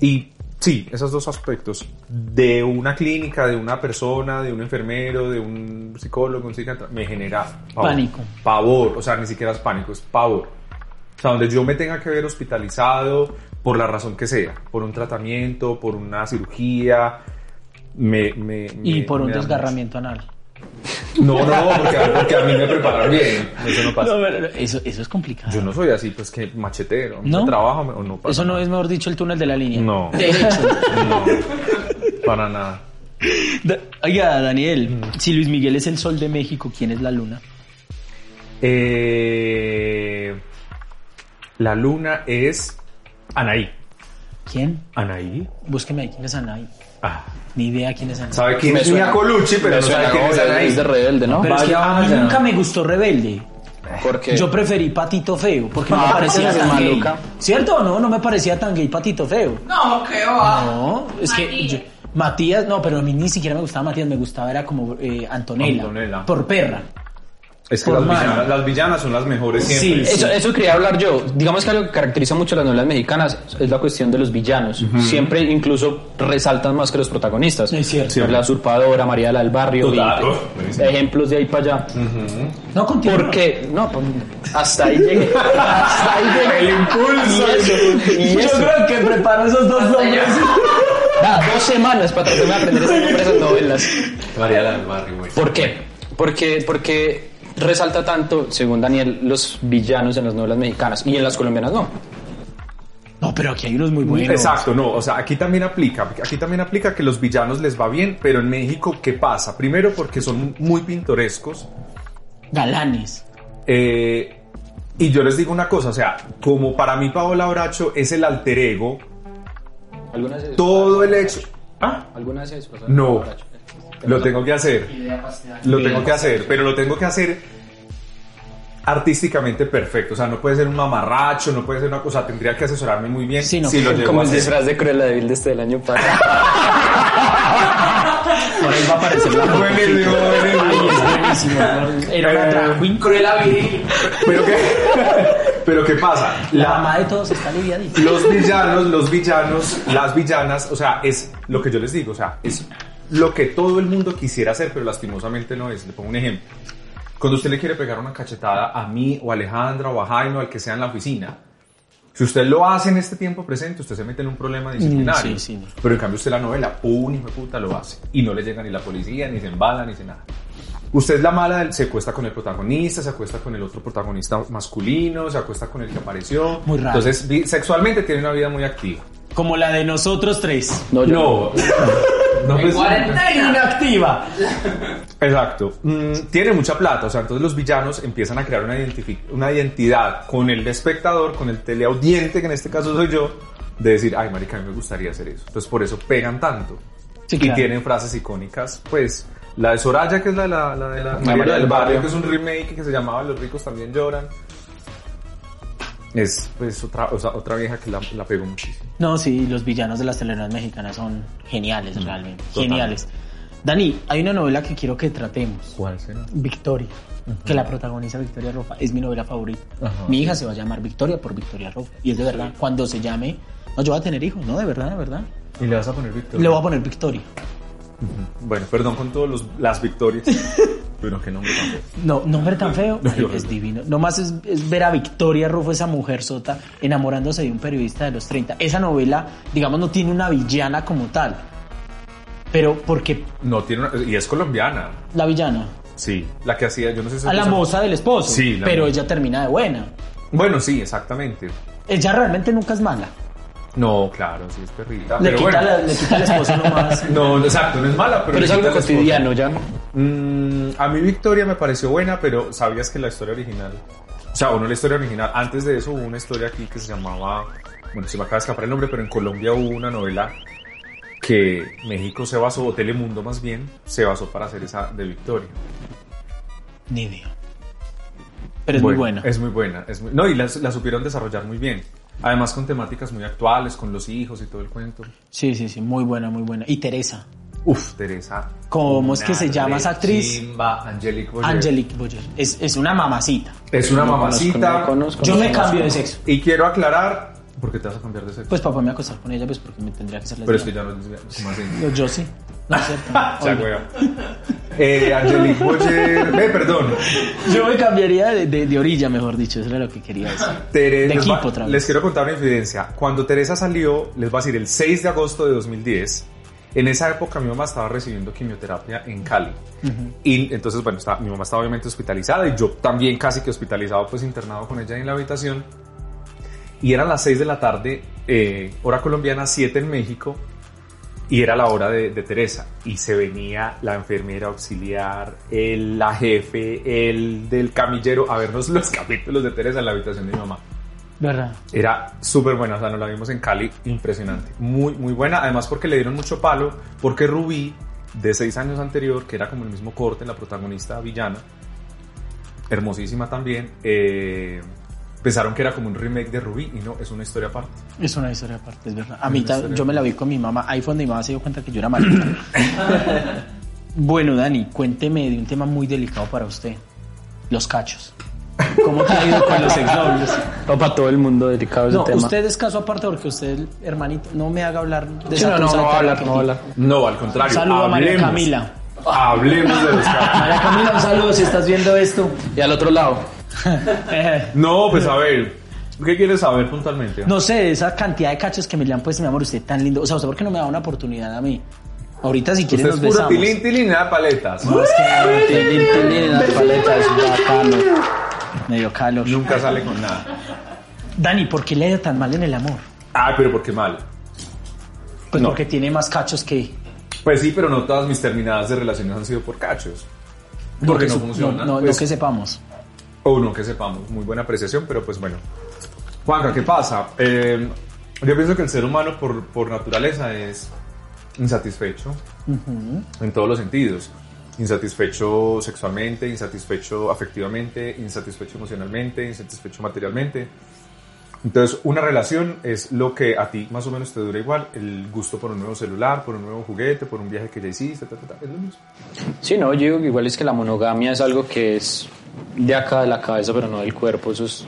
y sí, esos dos aspectos de una clínica, de una persona, de un enfermero, de un psicólogo, un psiquiatra, me genera pavor.
Pánico.
Pavor, o sea, ni siquiera es pánico, es pavor. O sea, donde yo me tenga que ver hospitalizado por la razón que sea, por un tratamiento, por una cirugía, me, me-
Y
me-
por un
me da
desgarramiento anal.
mucho. No, no, porque, porque a mí me preparan bien, eso no pasa.
eso, eso es complicado.
Yo no soy así, pues que machetero.
¿No?
No trabajo me- o no pasa.
Eso no
nada.
es, mejor dicho, el túnel de la línea.
No,
Derecho.
no. Para nada.
Da- Oiga, Daniel, si Luis Miguel es el sol de México, ¿quién es la luna?
Eh, la luna es Anaí.
¿Quién?
Anaí.
Búsqueme ahí, quién es Anaí.
Ah,
Ni idea quién es Anaí.
¿Sabe quién es Mia Colucci? Pero no sabe quién es Anaí.
oh, Es de rebelde, ¿no?
Pero es que a mí
Vaya. Eh.
nunca me gustó Rebelde.
Porque
Yo preferí Patito Feo, porque no
Ah,
me parecía
sí,
tan gay.
maluca.
¿Cierto o no? No me parecía tan gay Patito Feo.
No, qué va.
No, es que
Matías.
yo- Matías, no, pero a mí ni siquiera me gustaba Matías, me gustaba era como eh, Antonella,
Antonella.
por perra.
Es que
Por
las
mano.
villanas, las villanas son las mejores siempre.
Sí.
Eso, eso quería hablar yo. Digamos que algo que caracteriza mucho las novelas mexicanas es la cuestión de los villanos. Siempre incluso resaltan más que los protagonistas.
Es cierto.
La usurpadora, María la del Barrio,
Total.
y-
Uf, buenísimo.
ejemplos de ahí para allá.
No contigo.
Porque, no, pues, hasta ahí llegué. Hasta ahí llegué.
El impulso.
Y eso, y eso.
creo que preparo esos dos nombres.
Da, dos semanas para tratar de aprender ese nombre de esas novelas. ¿Por qué? Porque, porque resalta tanto, según Daniel, los villanos en las novelas mexicanas y en las colombianas no.
No, pero aquí hay unos muy buenos.
Exacto, no, o sea, aquí también aplica, aquí también aplica que los villanos les va bien, pero en México, ¿qué pasa? Primero porque son muy pintorescos,
Galanes.
Eh, y yo les digo una cosa, o sea, como para mí Paola Bracho es el alter ego,
¿Alguna vez se
todo el hecho... ¿Ah?
¿Alguna vez se disfrazó?
No, lo tengo que hacer,
Idea pasteada.
lo tengo que hacer, pero lo tengo que hacer artísticamente perfecto, o sea, no puede ser un mamarracho, no puede ser una cosa, tendría que asesorarme muy bien
Sí, no,
si lo llego
Como
a
el
hacer.
disfraz de Cruella de Vil de este del año pasado.
Por ahí va a aparecer la foto.
Buenísimo, buenísimo.
Era una drag queen.
Cruella Vil.
Pero qué, pero qué pasa?
La mamá de todos está aliviadita.
los villanos, los villanos, las villanas, o sea, es lo que yo les digo, o sea, es lo que todo el mundo quisiera hacer, pero lastimosamente no es. Le pongo un ejemplo. Cuando usted le quiere pegar una cachetada a mí o a Alejandra o a Jaime o al que sea en la oficina, si usted lo hace en este tiempo presente, usted se mete en un problema disciplinario.
Mm, sí, sí.
Pero en cambio usted la novela, pum, hijo de puta, lo hace. Y no le llega ni la policía, ni se embala, ni se nada. Usted es la mala, del- se acuesta con el protagonista, se acuesta con el otro protagonista masculino, se acuesta con el que apareció.
Muy raro.
Entonces, vi- sexualmente tiene una vida muy activa.
Como la de nosotros tres.
No, yo
No. No, pues-
Inactiva.
Exacto. Mm, tiene mucha plata, o sea, entonces los villanos empiezan a crear una, identifi- una identidad con el espectador, con el teleaudiente, que en este caso soy yo, de decir, ay, marica, a mí me gustaría hacer eso. Entonces por eso pegan tanto.
Sí,
y
claro.
tienen frases icónicas, pues la de Soraya, que es la, de la, la de la María
María
del
del
barrio,
Barrio.
que es un remake que se llamaba Los ricos también lloran. Es pues otra, o sea, otra vieja que la, la pegó muchísimo.
No, sí, los villanos de las telenovelas mexicanas son geniales, realmente.
total.
Geniales. Dani, hay una novela que quiero que tratemos.
¿Cuál será?
Victoria, que la protagoniza Victoria Roja, es mi novela favorita.
Ajá.
Mi hija se va a llamar Victoria por Victoria Roja. Y es de verdad, cuando se llame, no, yo voy a tener hijos, no, de verdad, de verdad.
Y le vas a poner Victoria.
Le voy a poner Victoria.
Bueno, perdón con todas las victorias. Pero qué nombre tan
No, nombre tan feo,
No,
ay,
horrible.
es divino. Nomás es, es ver a Victoria Rufo, esa mujer sota, enamorándose de un periodista de los 30. Esa novela, digamos, no tiene una villana como tal. Pero porque
No tiene una- y es colombiana.
la villana,
Sí. La que hacía, yo no sé si
a la moza del esposo,
Sí, la
pero
moza.
ella termina de buena.
Bueno, sí, exactamente.
Ella realmente nunca es mala.
No, claro, sí es perrita.
Le
Ah, pero
quita,
bueno.
la- le quita al esposo nomás.
No, no, exacto, no es mala, pero,
Pero es
le quita
algo
el esposo.
cotidiano ya.
Mm, a mí Victoria me pareció buena, pero sabías que la historia original, o sea, bueno, la historia original, antes de eso hubo una historia aquí que se llamaba, bueno, se me acaba de escapar el nombre, pero en Colombia hubo una novela que México se basó, o Telemundo más bien, se basó para hacer esa de Victoria.
Ni idea. Pero es muy buena.
Es muy buena. Es muy- no, y la, la supieron desarrollar muy bien. Además con temáticas muy actuales, con los hijos y todo el cuento.
Sí, sí, sí, muy buena, muy buena. Y Teresa,
Uf, Teresa.
¿Cómo es que se llama esa actriz?
Chimba, Angelique Boyer.
Angelique Boyer, es, es una mamacita.
Es una mamacita.
conozco.
Yo me cambio de sexo.
Y quiero aclarar, porque te vas a cambiar de sexo.
Pues papá me va a acostar con ella, pues porque me tendría que ser
pero es que
lesbiana.
ya no es lesbiana, ¿cómo así?
No, Yo sí, no es cierto.
O sea, hueva. Eh, Angelique Boyer. Eh, perdón.
Yo me cambiaría de, de- de orilla, mejor dicho, eso era lo que quería decir.
Tere-
De
les,
equipo
va-
otra vez.
les quiero contar una infidencia. Cuando Teresa salió, les va a decir el 6 de agosto de 2010. En esa época mi mamá estaba recibiendo quimioterapia en Cali. Y entonces, bueno, estaba- mi mamá estaba obviamente hospitalizada y yo también casi que hospitalizado, pues internado con ella en la habitación. Y eran las 6 de la tarde, eh, hora colombiana, 7 en México. Y era la hora de, de Teresa. Y se venía la enfermera auxiliar, el, la jefe, el del camillero a vernos los capítulos de Teresa en la habitación de mi mamá.
¿Verdad?
Era súper buena, o sea, nos la vimos en Cali, impresionante. Muy, muy buena, además porque le dieron mucho palo, porque Rubí, de seis años anterior, que era como el mismo corte, la protagonista villana, hermosísima también, eh, pensaron que era como un remake de Rubí y no, es una historia aparte.
Es una historia aparte, es verdad. A mí
una
ta-
historia
yo me la vi con mi mamá, ahí fue donde mi mamá se dio cuenta que yo era marica. bueno, Dani, cuénteme de un tema muy delicado para usted, los cachos. ¿Cómo te ha ido con los exnovios?
No, para todo el mundo dedicado a ese
No,
tema.
usted es caso aparte porque usted, hermanito, no me haga hablar de
Sí,
esa
no, no,
cosa
no
de
va a hablar,
Carla
no
Quintana.
va a hablar.
No, al contrario.
Saludo a María
hablemos.
Camila.
Hablemos de los casos.
María Camila, un saludo si estás viendo esto.
Y al otro lado,
No, pues a ver, ¿qué quieres saber puntualmente?
No sé, de esa cantidad de cachos que me le han puesto, mi amor, usted tan lindo. O sea, ¿usted por qué no me da una oportunidad a mí? Ahorita si
Usted
quiere
es
nos
puro
besamos.
tilín, tilín, nada de paletas.
no, es que tilín, tilín, las paletas, bacano.
Me dio calor.
Nunca sale con nada.
Dani, ¿por qué le ha ido tan mal en el amor?
Ah, pero ¿por qué mal?
Pues
No.
porque tiene más cachos que...
Pues sí, pero no todas mis terminadas de relaciones han sido por cachos. Porque
que
no
su-
funciona.
No, no,
pues,
no que sepamos.
O no que sepamos. Muy buena apreciación, pero pues bueno. Juanca, ¿qué pasa? Eh, yo pienso que el ser humano por, por naturaleza es insatisfecho en todos los sentidos. Insatisfecho sexualmente, insatisfecho afectivamente, insatisfecho emocionalmente, insatisfecho materialmente. Entonces, una relación es lo que a ti más o menos te dura igual, el gusto por un nuevo celular, por un nuevo juguete, por un viaje que ya hiciste, ta, ta, ta, es lo mismo.
Sí, no, yo digo que igual es que la monogamia es algo que es de acá de la cabeza, pero no del cuerpo. Eso, es-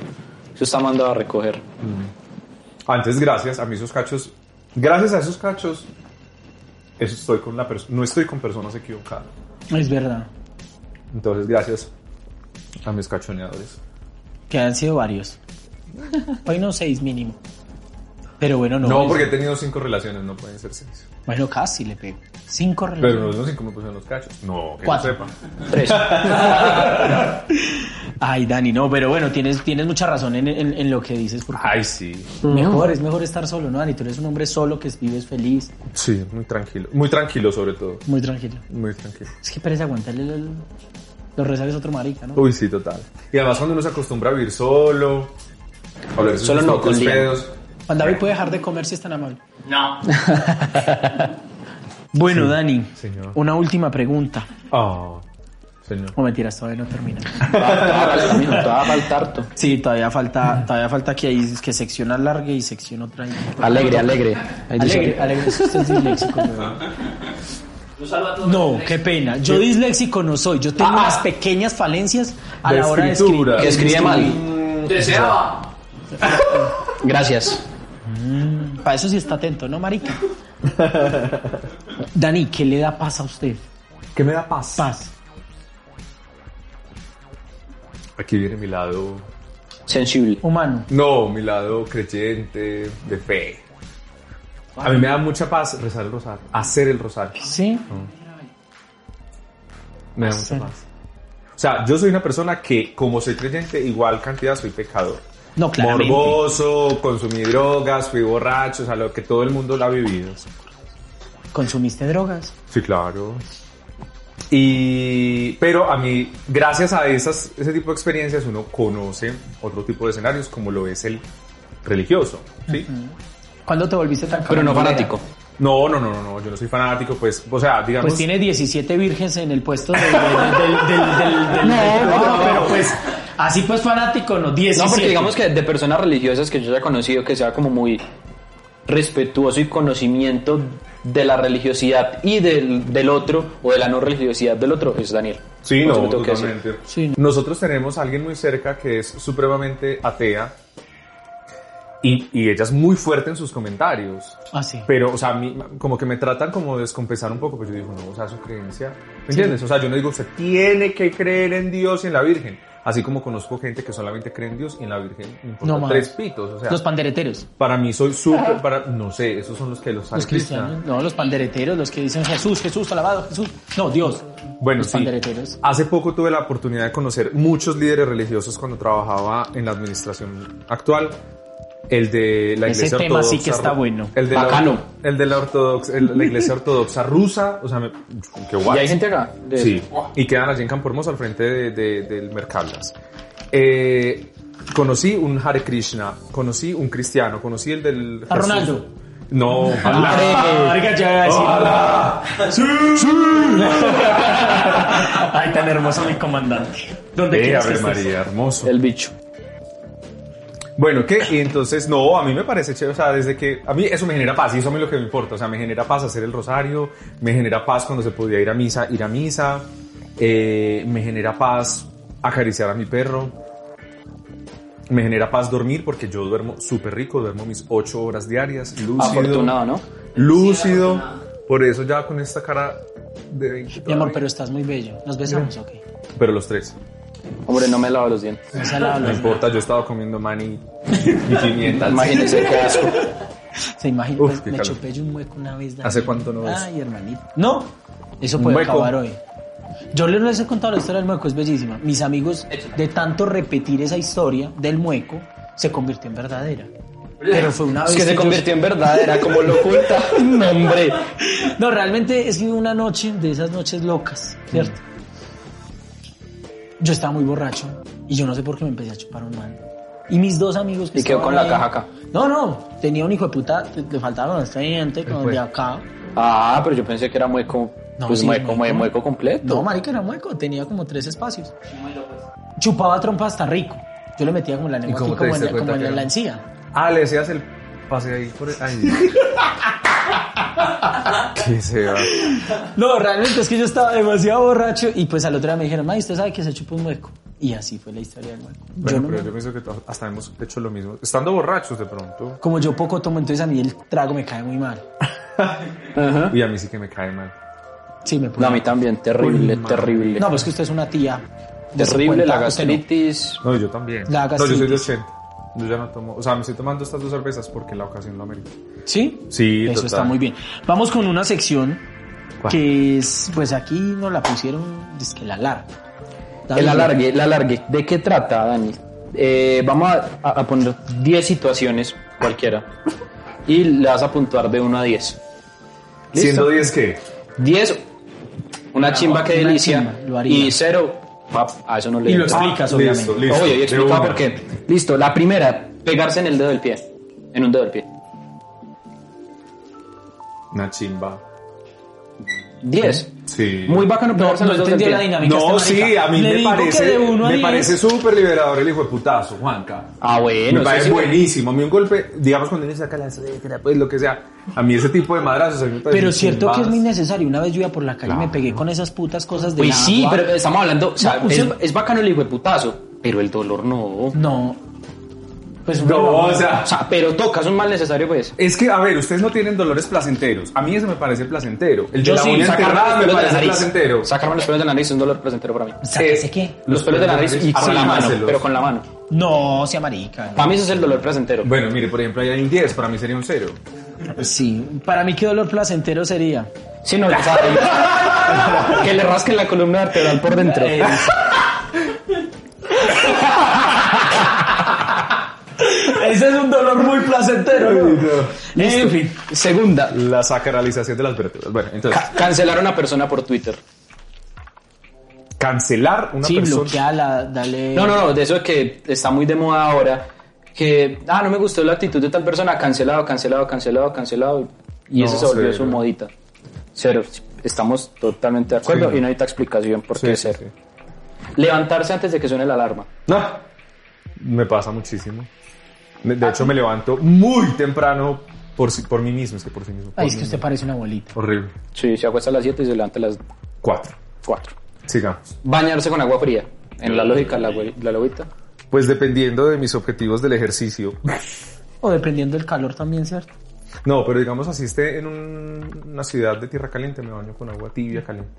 eso está mandado a recoger.
Antes, gracias a mí esos cachos, gracias a esos cachos, eso estoy con la pers- no estoy con personas equivocadas.
Es verdad.
Entonces, gracias a mis cachoneadores.
Que han sido varios. Hoy no seis mínimo. Pero bueno, no.
No,
es-
porque he tenido cinco relaciones, no pueden ser seis.
Bueno, casi le pego. Cinco relaciones.
Pero no son cinco me pusieron los cachos. No, que
Cuatro.
no sepa.
Tres.
Ay, Dani, no, pero bueno, tienes, tienes mucha razón en, en- en lo que dices. Porque
Ay, sí.
Mm.
mejor, es mejor estar solo, ¿no, Dani? Tú eres un hombre solo que vives feliz,
Sí, muy tranquilo. Muy tranquilo, sobre todo.
muy tranquilo.
Muy tranquilo.
Es que parece aguantarle el- el- los rezales a otro marica, ¿no?
Uy, sí, total. Y además cuando uno se acostumbra a vivir solo, a oler sus
Solo no,
propios
con Liam.
pedos.
Juan David puede dejar de comer si es tan amable. No. bueno, Dani,
señor.
una última pregunta.
Ah, señor.
No, mentiras, todavía no termina.
Te va a faltar tú.
Sí, todavía falta, todavía falta que hay que sección alargue y sección otra. ahí.
Alegre, alegre. Ahí dice
Alegre,
que-
alegre, usted es disléxico. weón. No, qué pena. Yo disléxico no soy. Yo tengo unas pequeñas falencias a
De
la hora de
escritura.
escribir.
Ah. que escribe mal.
Deseaba.
Gracias.
Para eso sí está atento, ¿no, marica? Dani, ¿qué le da paz a usted?
¿Qué me da paz?
Paz.
Aquí viene mi lado...
Sensible.
Humano.
No, mi lado creyente, de fe. A mí me da mucha paz rezar el rosario, hacer el rosario.
¿Sí?
Me da mucha paz. O sea, yo soy una persona que, como soy creyente, igual cantidad soy pecador.
No, claramente.
Morboso, consumí drogas, fui borracho, o sea, lo que todo el mundo lo ha vivido.
¿Consumiste drogas?
Sí, claro. Y, pero a mí, gracias a esas, ese tipo de experiencias, uno conoce otro tipo de escenarios, como lo es el religioso, ¿sí?
¿Cuándo te volviste tan
Pero no
cabrón?
fanático.
No, no, no, no, no, yo no soy fanático, pues, o sea, digamos...
Pues tiene 17 vírgenes en el puesto de- de- de- del, del- del- del- del trabajo, pero pues así pues fanático, no, 17.
No, porque digamos que de personas religiosas que yo ya he conocido que sea como muy respetuoso y conocimiento de la religiosidad y del, del otro o de la no religiosidad del otro es Daniel.
Sí,
Por
no,
eso me tengo que decir.
totalmente.
Sí.
Nosotros tenemos a alguien muy cerca que es supremamente atea y, y ella es muy fuerte en sus comentarios.
Ah, sí.
Pero, o sea, a mí, como que me tratan como de descompensar un poco, pero yo digo, no, o sea, su creencia. ¿Me entiendes? O sea, yo no digo, usted tiene que creer en Dios y en la Virgen. Así como conozco gente que solamente cree en Dios y en la Virgen. me importa
No más.
tres pitos. O sea,
Los pandereteros.
para mí soy súper, para, no sé, esos son los que los
Los
hacen cristianos.
cristianos. No, los pandereteros, los que dicen Jesús, Jesús, alabado Jesús. No, Dios.
Bueno,
los
sí.
pandereteros.
Hace poco tuve la oportunidad de conocer muchos líderes religiosos cuando trabajaba en la administración actual. El de la
Ese
iglesia
tema
ortodoxa.
sí que está
ru-
bueno.
El de
Bacano.
La, el de la ortodoxa, el- la iglesia ortodoxa rusa. O sea, me, qué
Y
guay.
hay gente acá. de-
Sí. Y quedan allí en Campo Hermoso al frente de- de- del Mercaldas. Eh, conocí un Hare Krishna, conocí un cristiano, conocí el del.
A
Jesús.
Ronaldo. Ah,
No,
Marica, ya iba a decir. Ay, tan hermoso mi comandante. ¿Dónde
Eh,
quieres que
Ave
estés?
María, hermoso.
El bicho.
Bueno, ¿qué? Y entonces, no, a mí me parece chévere, o sea, desde que, a mí eso me genera paz, y eso a mí es lo que me importa, o sea, me genera paz hacer el rosario, me genera paz cuando se podía ir a misa, ir a misa, eh, me genera paz acariciar a mi perro, me genera paz dormir porque yo duermo súper rico, duermo mis ocho horas diarias, lúcido,
Afortunado, ¿no?
lúcido, por eso ya con esta cara de 20
Mi amor,
todavía.
pero estás muy bello. ¿Nos besamos o qué?
pero los tres,
Hombre, no me lavo los dientes.
No se la
no
hablas,
importa, yo he estado comiendo maní y pimientas.
Imagínense qué asco.
Se imagina,
Uf,
pues,
qué
me
calor.
chupé yo un hueco una vez. Dani.
¿Hace cuánto no ves?
Ay, hermanito. No, eso puede
hueco.
acabar hoy. Yo les- les he contado la historia del mueco, es bellísima. Mis amigos, de tanto repetir esa historia del mueco, se convirtió en verdadera. Pero fue una vez
Es que se
yo-
convirtió en verdadera, como lo oculta. No, hombre.
No, realmente es que una noche, de esas noches locas, ¿cierto? Yo estaba muy borracho y yo no sé por qué me empecé a chupar un man. Y mis dos amigos que
Y quedó
estaban
con la
ahí-
caja acá.
No, no, tenía un hijo de puta, le- le faltaba con este diente, con el de
Pues.
acá.
Ah, pero yo pensé que era mueco.
No,
pues
sí,
mueco,
mueco.
mueco, mueco completo.
No, marica, era mueco, tenía como tres espacios. Chupaba trompa hasta rico. Yo le metía como la lengua
cómo
aquí,
te
como, en,
diste
la- como
cuenta
en
que
la
era?
encía.
Ah, le decías el pase ahí por el. Ay. ¿Qué se va?
No, realmente es que yo estaba demasiado borracho y pues al otro día me dijeron, ay, usted sabe que se chupó un mueco. Y así fue la historia del mueco.
Bueno,
Yo no
pero
me-
yo pienso que to- hasta hemos hecho lo mismo. Estando borrachos de pronto.
Como yo poco tomo, entonces a mí el trago me cae muy mal.
Y a mí sí que me cae mal.
Sí, me
No,
pone.
a mí también, terrible, terrible.
No, pues que usted es una tía. de
terrible
50,
la
usted no.
gastritis.
No, yo también.
La
no, yo soy de
gastritis.
80. Yo ya no tomo. O sea, me estoy tomando estas dos cervezas porque la ocasión lo amerita.
¿Sí?
Sí,
Eso
total.
está muy bien. Vamos con una sección
¿Cuál?
que es, pues aquí nos la pusieron, es que la larga.
El alargue, el alargue. ¿De qué trata, Dani? Eh, vamos a, a- a poner 10 situaciones, cualquiera. Y le vas a puntuar de 1 a 10. ¿Listo?
Siendo 10 que.
10, una chimba que
Ah, una
delicia.
chimba, lo haría.
y 0, a eso no le
Y lo
doy.
explicas,
Ah,
obviamente.
listo, listo.
Oye, y
De
explicaba
una.
por qué. Listo, la primera, pegarse en el dedo del pie. En un dedo del pie.
Una chimba.
10.
Sí.
Muy bacano
No,
pegarse
no
en los dedos
entendió
del
la
pie.
dinámica.
No,
este marica.
sí, a mí
Le
me
digo que de
parece,
uno a
me
diez.
parece súper liberador el hijo de putazo, Juanca.
Ah, bueno.
me
sí,
parece
sí.
buenísimo. A mí un golpe, digamos cuando uno saca la suegra, pues lo que sea. A mí ese tipo de madrazos a mí me parece
Pero cierto que es muy
chimbas.
necesario. Una vez yo iba por la calle y me pegué con esas putas cosas de
Pues sí, pero estamos hablando. O sea,
No,
es,
usted-
es bacano el hijo de putazo, pero el dolor no.
No. Pues
No,
bueno,
o sea,
O sea, pero tocas un mal necesario, pues.
es que, a ver, ustedes no tienen dolores placenteros. A mí eso me parece placentero. El de la uña
sacarme los
enterrada me
pelos de la
parece
nariz.
placentero.
Sacarme los pelos de la nariz es un dolor placentero para mí.
¿Sáquese
Eh,
qué?
Los, pelos de la nariz y con la mano,
arrancárselos.
pero con la mano.
No, sea marica.
Para mí eso es el dolor placentero.
Bueno, mire, por ejemplo, ahí hay un 10, para mí sería un 0.
Pues Sí. Para mí qué dolor placentero sería.
Sí, no, o sea, que le rasquen la columna vertebral por dentro.
Eh,
Ese es un dolor muy placentero. ¿no? En fin.
Segunda,
La sacralización de las vértebras. Bueno, entonces,
ca- cancelar a una persona por Twitter.
cancelar una
Sí,
persona.
bloqueala, dale.
No, no, no, de eso es que está muy de moda ahora. Que, ah, no me gustó la actitud de tal persona, cancelado, cancelado, cancelado, cancelado. Y
No,
eso se volvió su
cero.
modita. Cero. Estamos totalmente de acuerdo
Sí.
y no necesita explicación por
Sí,
qué
sí,
cero. Levantarse antes de que suene la alarma.
No, me pasa muchísimo. Me- De hecho, me levanto muy temprano por, sí- por mí mismo, es que por sí mismo. por
Ay, es
mí
que usted parece una abuelita.
mismo. Horrible.
Sí, se acuesta a las 7 y se levanta a las
Cuatro.
4.
Sigamos.
Bañarse con agua fría. En la lógica, la, güey- la lobita.
Pues dependiendo de mis objetivos del ejercicio.
O dependiendo del calor también, ¿cierto?
No, pero digamos así esté en un- una ciudad de tierra caliente, me baño con agua tibia caliente.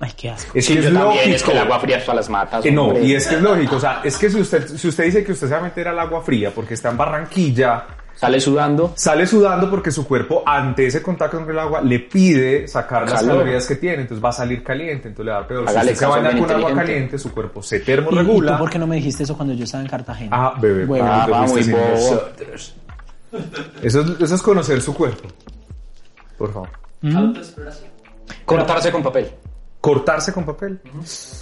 Ay, qué asco.
Es que
yo
es
también,
lógico.
es que el agua fría es para las matas.
Eh, no,
hombre.
y es que es lógico. O sea, es que si usted, si usted dice que usted se va a meter al agua fría porque está en Barranquilla,
Sale sudando.
sale sudando porque su cuerpo ante ese contacto con el agua le pide sacar las
Calor.
calorías que tiene, entonces va a salir caliente, entonces le va a dar peor.
Hágale
si usted se
caso al
baña
hombre
con agua
inteligente.
caliente, su cuerpo
¿Y,
se
y tú
termorregula.
por qué no me dijiste eso cuando yo estaba en Cartagena?
Ah, bebé,
Huevón.
Ah,
te
va,
fuiste
muy
sin
bobo.
nosotros. Eso es, eso es conocer su cuerpo. Por favor.
Autoexploración.
Cortarse con papel.
Cortarse con papel.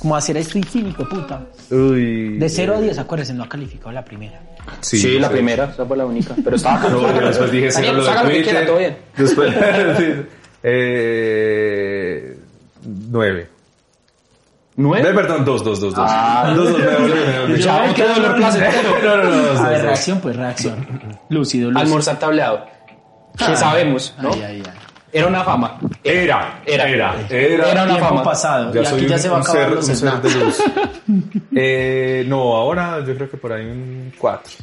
Como hacer esto y cínico, puta.
Uy.
De 0 a 10, acuérdense, no ha calificado la primera.
Ah,
Sí, la primera, esa fue la única. Pero estaba
No,
cansado.
yo después dije,
Daniel,
sí, no lo de
haga lo que
Twitter.
quiera, todo bien.
Después, sí, eh, nueve. Eh,
¿Nueve?
perdón, dos, dos, dos, dos.
Ah.
dos, dos, me volví, me volví.
Chao, qué dolor placentero.
No, no, no, dos,
A
dos,
ver,
dos.
reacción, pues reacción. Lúcido,
pues.
lúcido.
Almorzar tableado.
Ah.
Que sabemos, ¿no?
Ay, ay, ay.
Era una fama.
Era,
Era.
era, era. Era,
Era una
Tiempo
fama.
pasado.
Ya
y
soy
aquí ya
un,
se va a
un
acabar
ser,
los
un ser
snacks.
de luz. eh, no, ahora yo creo que por ahí un cuatro.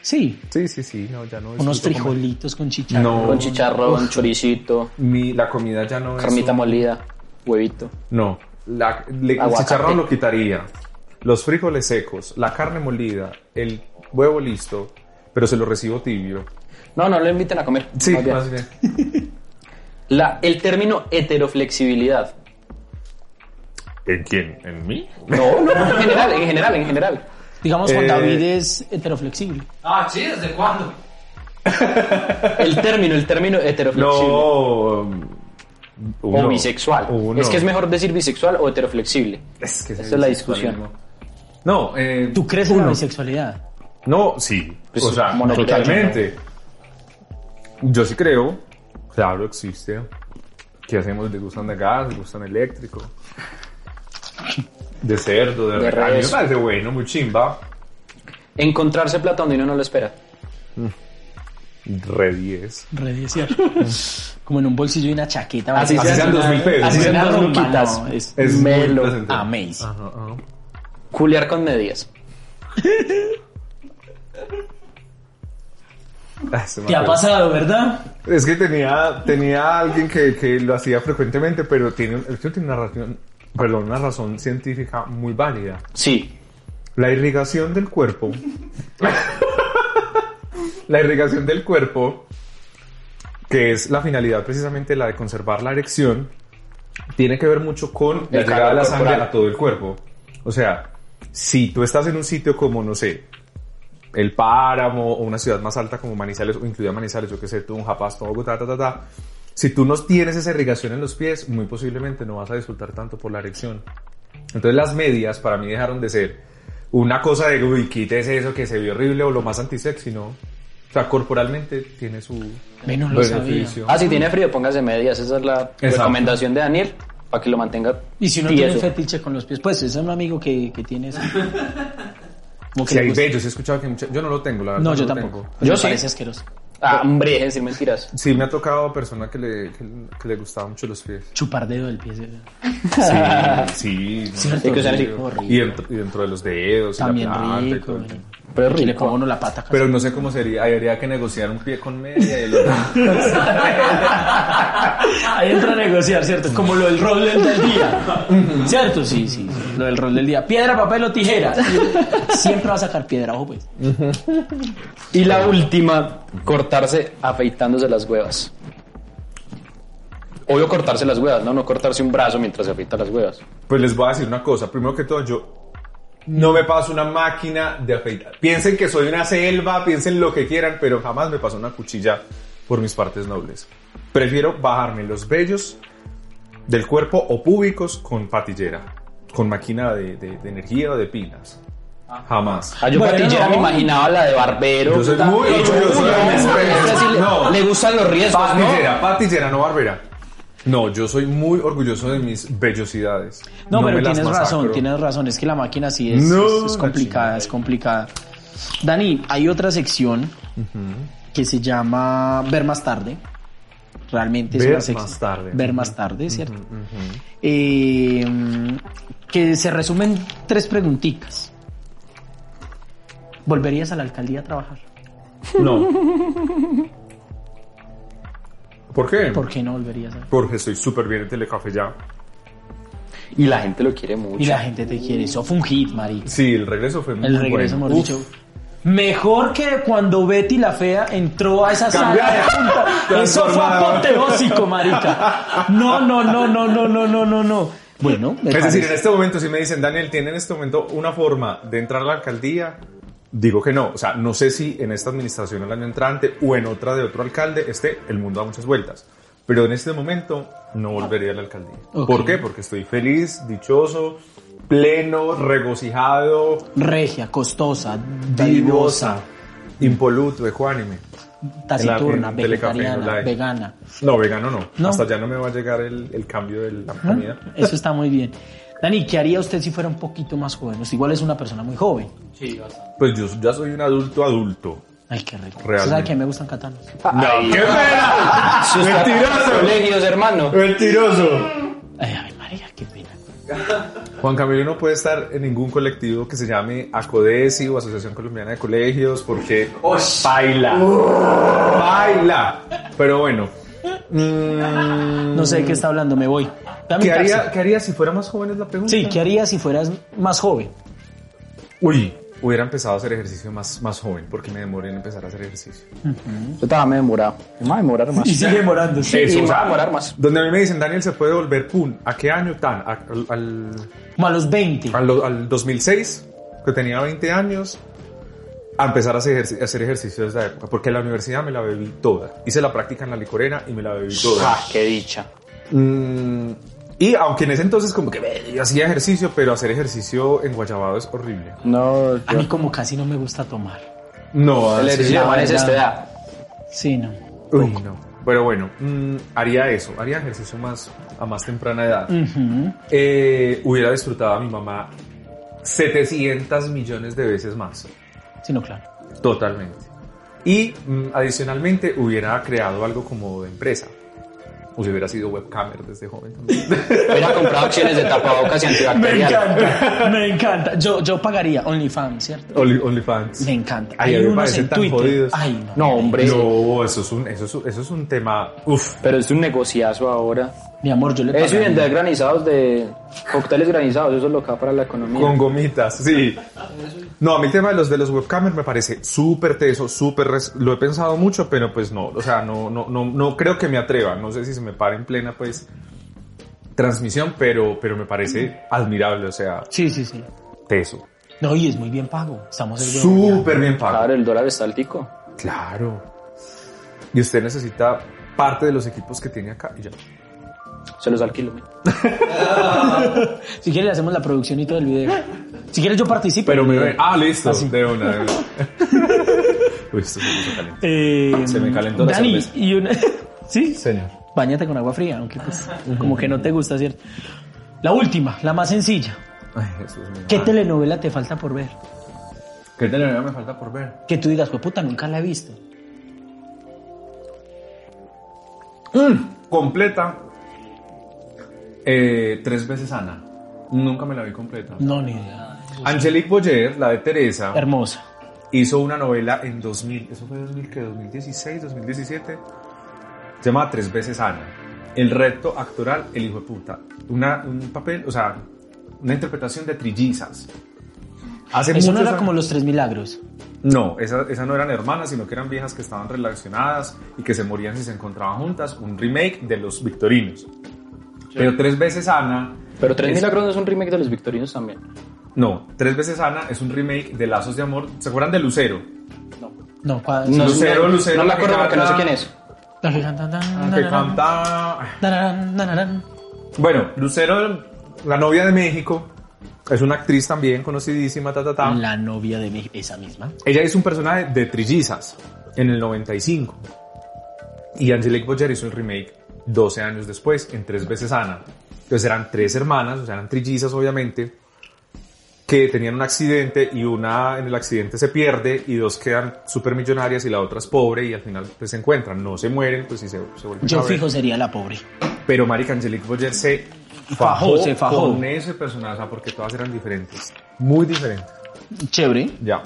Sí,
Sí, sí, sí, no, ya no.
unos
disfruto comer.
frijolitos con chicharrón.
No.
Con chicharrón, choricito,
Mi, la comida ya no es.
carmita
un-
molida, huevito.
No, la, le, el
Aguacate.
chicharrón lo quitaría. Los frijoles secos, la carne molida, el huevo listo, pero se lo recibo tibio.
No, no lo inviten a comer.
Sí,
más bien.
más bien.
La, el término heteroflexibilidad.
¿En quién? ¿En mí?
No, no, en general, en general, en general.
Digamos, Juan
Eh,
David es heteroflexible.
Ah, sí, ¿desde cuándo?
El término, el término heteroflexible.
No. um,
O
uno.
bisexual.
Uno.
Es que es mejor decir bisexual o heteroflexible.
Es que
Esa
ese
es la
bisexualismo.
discusión.
No, eh,
¿Tú crees en la
uno.
bisexualidad?
No, sí.
Pues,
o sea,
como no creo,
totalmente. Yo sí creo. Claro, existe. ¿Qué hacemos? ¿Le gustan de gas? ¿Le gustan eléctrico? De cerdo, de,
De
res. A mí me
res.
parece bueno, muy chimba.
Encontrarse plata donde uno no lo espera.
Re 10.
Rediciar. Como en un bolsillo y una chaqueta. Ah,
Así
¿verdad?
sean dos
una-
mil pesos.
Así
Así
sean
sean
dos
dos
rumba,
luquitas.
no, es
Es muy
Melo.
placentero.
amazing.
Culear con medias.
Ah, se me
Te ha
acuerdo.
pasado, ¿verdad?
Es que tenía, tenía alguien que, que lo hacía frecuentemente, pero tiene, el tío tiene una razón, perdón, una razón científica muy válida.
Sí.
La irrigación del cuerpo. la irrigación del cuerpo, que es la finalidad precisamente la de conservar la erección, tiene que ver mucho con la
El
llegada de la
calor
sangre
corporal.
a todo el cuerpo. O sea, si tú estás en un sitio como, no sé, el páramo o una ciudad más alta como Manizales o incluida Manizales, yo que sé, tú un Japasto, Bogotá, ta, ta, ta. Si tú no tienes esa irrigación en los pies, muy posiblemente no vas a disfrutar tanto por la erección. Entonces las medias para mí dejaron de ser una cosa de, uy, quítese eso que se vio horrible o lo más antisexy, ¿no? O sea, corporalmente tiene su
Menos lo sabía.
beneficio.
Ah, si tiene frío, póngase medias. Esa es la recomendación de Daniel para que lo mantenga.
Y si uno
tieso.
tiene fetiche con los pies, pues es un amigo que, que tiene eso. Como que
Si
le
hay
Ah, gusta.
bellos, he escuchado que mucha- yo no lo tengo, la verdad.
No, yo
lo
tampoco.
tengo.
Pero
Yo
me
sí.
Parece asqueroso.
Ah, hombre, dejen de decir mentiras.
Sí, me ha tocado a persona que le, que, que le gustaban mucho los pies.
Chupar dedo del pie. ¿verdad?
Sí,
Cierto,
que sean así.
Y
horrible.
dentro, y dentro de los dedos,
También
y la planta y
rico.
todo el
güey.
tema.
Pero es
Que le
rico.
ponga uno la pata. casi.
Pero no sé cómo sería, habría que negociar un pie con media y el otro.
Ahí entra a negociar, ¿cierto? Como lo del rol del, del día. ¿Cierto? Sí, sí, sí. Lo del rol del día. Piedra, papel o tijera. Siempre va a sacar piedra, ojo pues.
Y la última, cortarse afeitándose las huevas. Obvio cortarse las huevas, no, no cortarse un brazo mientras se afeita las huevas.
Pues les voy a decir una cosa. Primero que todo, yo no me paso una máquina de afeitar. Piensen que soy una selva, piensen lo que quieran, pero jamás me paso una cuchilla por mis partes nobles. Prefiero bajarme los vellos del cuerpo o públicos con patillera, con máquina de, de- de energía o de pilas. Jamás.
Ah, yo
Bueno,
patillera
no.
me imaginaba la de barbero.
Yo soy
puta,
muy
hecho
orgulloso
culo,
de mis
hombre,
pelos.
es decir,
No.
Le gustan los riesgos, ¿no?
Patillera, patillera, no barbera. No, yo soy muy orgulloso de mis vellosidades.
No, pero
me las
tienes razón,
masacro.
tienes razón. Es que la máquina sí es,
No,
es- es
la
complicada,
chingada.
es complicada. Dani, hay otra sección que se llama Ver más tarde. Realmente es
Ver
una sec-
más tarde.
Ver más tarde, ¿cierto? Eh, que se resumen tres preguntitas. ¿Volverías a la alcaldía a trabajar?
No. ¿Por qué?
¿Por qué no volverías a
Porque soy súper bien en Telecafé ya.
Y la gente lo quiere mucho.
Y la gente te quiere. Eso fue un hit, marica.
Sí, el regreso fue muy
El regreso,
bueno.
mejor dicho. Mejor que cuando Betty la Fea entró a esa sala de junta. Eso fue
Transformada.
apoteósico, marica. No, no, no, no, no, no, no, no, no. Bueno, me
Es decir, en
parece.
este momento, si me dicen, Daniel, ¿tiene en este momento una forma de entrar a la alcaldía? Digo que no. O sea, no sé si en esta administración el año entrante o en otra de otro alcalde esté el mundo da muchas vueltas. Pero en este momento no volvería a la alcaldía.
Ok.
¿Por qué? Porque estoy feliz, dichoso, pleno, regocijado,
regia, costosa,
vivosa,
dadivosa,
impoluto, ecuánime.
taciturna,
en Telecafé no
vegetariana,
la hay.
vegana.
Pues, No, vegano no.
No.
Hasta ya no me va a llegar el, el cambio de la
¿no?
comida.
Eso está muy bien. Dani, ¿qué haría usted si fuera un poquito más joven? Usted igual es una persona muy joven.
Sí, bastante.
Pues yo ya soy un adulto adulto.
Ay, qué rico. ¿Usted
Realmente.
sabe que me gustan catanos?
Ay,
¡Qué pena!
sus Colegios, hermano.
¡Mentiroso!
Ay, ay, María, qué pena.
Juan Camilo no puede estar en ningún colectivo que se llame ACODESI o Asociación Colombiana de Colegios porque baila. Baila. Pero bueno,
No sé de qué está hablando, me voy. Dame
¿qué
un taxi.
haría, qué haría si fuera más joven es la pregunta?
Sí, ¿qué harías si fueras más joven?
Uy, hubiera empezado a hacer ejercicio más, más joven porque me demoré en empezar a hacer ejercicio.
Yo estaba me demorado. Me va a demorar más.
sigue demorando. Sí.
y
Eso,
me
o
va a
sea,
demorar más.
Donde a mí me dicen, Daniel, se puede volver, pum, ¿a qué año tan? A- al- al,
Como a los 20.
al, al 2006, que tenía 20 años, a empezar a hacer, ejerci- a hacer ejercicio desde la época, porque la universidad me la bebí toda. Hice la práctica en la licorera y me la bebí toda.
Ah, qué dicha.
Mm, y aunque en ese entonces como que eh, hacía ejercicio, pero hacer ejercicio en Guayabado es horrible.
No,
A mí como casi no me gusta tomar.
No,
el ejercicio de
la
Juan es
verdad.
esta edad.
Sí, no.
Uy, no. Pero bueno, mm, haría eso, haría ejercicio más a más temprana edad.
Mm.
Eh, hubiera disfrutado a mi mamá 700 millones de veces más.
Sí, no, claro.
Totalmente. Y mm, adicionalmente hubiera creado algo como de empresa. O si hubiera sido webcamer desde joven también.
Hubiera comprado acciones de tapabocas y antibacterial.
encanta, me encanta. Yo, yo pagaría OnlyFans, ¿cierto?
Only- OnlyFans.
Me encanta.
Ay, a mí me parecen tan jodidos.
Ay, no.
No, hombre.
No, eso es un, eso es, un- eso es un tema. Uf.
Pero es un negociazo ahora.
Mi amor, yo le
Eso y
pagaría.
vender granizados de cócteles granizados, eso es lo que va para la economía.
Con gomitas, sí. No, a mí el tema de los de los webcamers me parece súper teso, súper... res- Lo he pensado mucho, pero pues no, o sea, no, no, no, no creo que me atreva. No sé si se me para en plena, pues, transmisión, pero, pero me parece
Mm.
admirable, o sea,
Sí, sí, sí.
teso.
No, y es muy bien pago. Estamos el
Súper bien
Claro,
pagado.
el dólar está altico.
Claro. Y usted necesita parte de los equipos que tiene acá y ya.
Se los alquilo. mira.
Si quieres le hacemos la producción y todo el video. Si quieres yo participo.
Pero me ven... Ah, listo.
Así.
De una, de una. Uy, esto se puso caliente.
Eh,
Se me calentó la
Dani,
cerveza.
y una... ¿Sí?
Señor.
Báñate con agua fría, aunque pues, como que no te gusta, ¿cierto? La última, la más sencilla.
Ay, Jesús mío.
¿Qué
Ay,
telenovela te falta por ver?
¿Qué telenovela me falta por ver?
Que tú digas, pues puta, nunca la he visto.
completa eh, tres veces Ana. Nunca me la vi completa.
No, ni idea.
Ah.
Angelique Boyer, la de Teresa,
Hermosa.
hizo una novela en 2000, eso fue 2000, ¿qué? 2016, 2017, se llama Tres veces Ana. El reto actoral, el hijo de puta. Una, un papel, o sea, una interpretación de trillizas. Hace
Eso no
muchos
era
años-
como los tres milagros.
No, esa- esas no eran hermanas, sino que eran viejas que estaban relacionadas y que se morían si se encontraban juntas. Un remake de Los Victorinos. Pero tres veces Ana.
Pero Tres
es-
Milagros no es un remake de los victorinos también.
No, tres veces Ana es un remake de Lazos de Amor. ¿Se acuerdan de Lucero?
No, ¿cuál?
No,
Lucero,
no,
Lucero,
No me
que
acuerdo porque no sé
gana.
quién es.
Ah,
Que canta. Bueno, Lucero, la novia de México, es una actriz también conocidísima, ta, ta,
Ah.
ta.
La novia de México, esa misma.
Ella hizo un personaje de Trillizas en el 95. Y Angelique Boyer hizo el remake 12 años después, en Tres veces Ana. Entonces eran tres hermanas, o sea, eran trillizas obviamente, que tenían un accidente y una en el accidente se pierde y dos quedan súper millonarias y la otra es pobre y al final pues se encuentran, no se mueren, pues sí se, se vuelven
Yo
a ver.
fijo sería la pobre.
Pero Marica Angelique Boyer se
Fajó,
fajó,
se fajó.
con ese personaje, o sea, porque todas eran diferentes, muy diferentes.
Chévere,
Ya.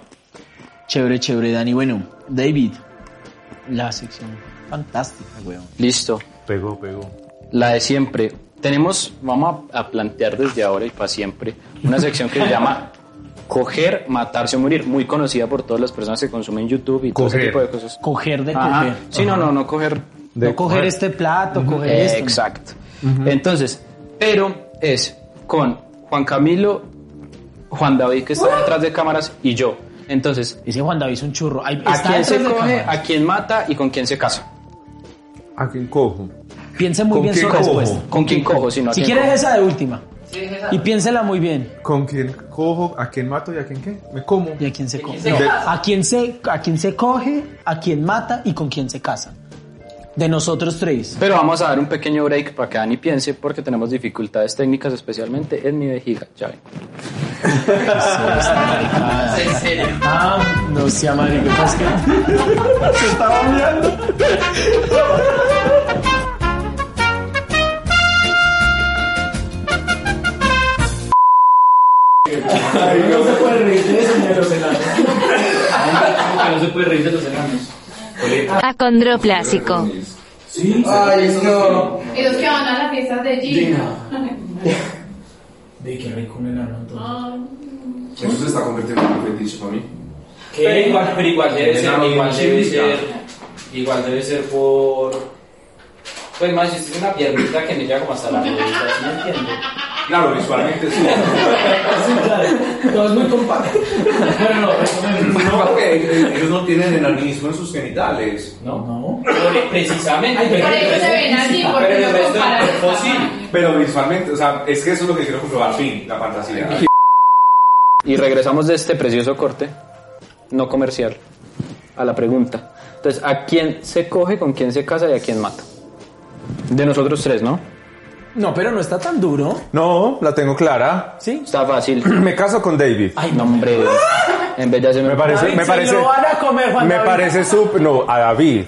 chévere, chévere, Dani. Bueno, David, la sección fantástica, weón.
Listo.
Pegó, pegó.
La de siempre. Tenemos, vamos a, a plantear desde ahora y para siempre, una sección que se llama Coger, Matarse o Morir, muy conocida por todas las personas que consumen YouTube y todo ese
Coger.
tipo de cosas.
Coger de
Ajá.
coger.
Sí, no, no, no coger.
De
no coger
coger.
este plato, coger
Eh,
esto.
Exacto. Entonces, pero es con Juan Camilo, Juan David que está detrás de cámaras y yo. Entonces,
Dice Juan David es un churro. Ahí
¿a
está
quién se
detrás de
coge,
cámaras.
a quién mata y con quién se casa?
¿A quién cojo?
Piense muy
¿Con
bien
qué
su
cojo?
respuesta.
¿Con quién cojo? Si, no, ¿a
Si
quién
quieres
cojo?
esa de última.
Sí, es esa.
Y piénsela muy bien.
¿Con quién cojo? ¿A quién mato y a quién qué? ¿Me como?
¿Y a quién se coge?
se
No,
casa?
¿A, quién se, ¿A quién se coge? ¿A quién mata? ¿Y con quién se casa? De nosotros tres.
Pero vamos a dar un pequeño break para que Dani piense porque tenemos dificultades técnicas, especialmente en mi vejiga. Ya ven.
¿En serio?
Ah, no sea marico, pues que...
Acondroplásico.
Y los que van a las fiestas de Gina.
De qué rico un enano, entonces.
Eso se está convirtiendo en un fetiche para mí.
Pero igual, pero igual debe ser,
Enano
igual
con
debe
chivita.
ser, igual debe ser por... Pues más, si es una piernita que me llega como hasta la rodilla, ¿sí me entiendes?
Claro, visualmente sí.
Todo es muy compacto. Bueno, no,
No, porque ellos no tienen enanismo en sus genitales.
No.
Pero Precisamente, pero,
Por eso se ven así, porque
pero el
no
resto
comparan
del
el
cuerpo sí.
tamaño.
Pero visualmente, o sea, es que eso es lo que quiero comprobar, fin, la fantasía.
Y regresamos de este precioso corte, no comercial, a la pregunta. Entonces, ¿a quién se coge, con quién se casa y a quién mata? De nosotros tres, ¿no?
No, pero no está tan duro,
No, la tengo clara.
¿sí?
Está fácil.
Me caso con David.
Ay, no, hombre. En vez de hacerme...
Me parece,
David,
me
se
parece,
lo van a comer, Juan
me
David.
parece súper, no, a David.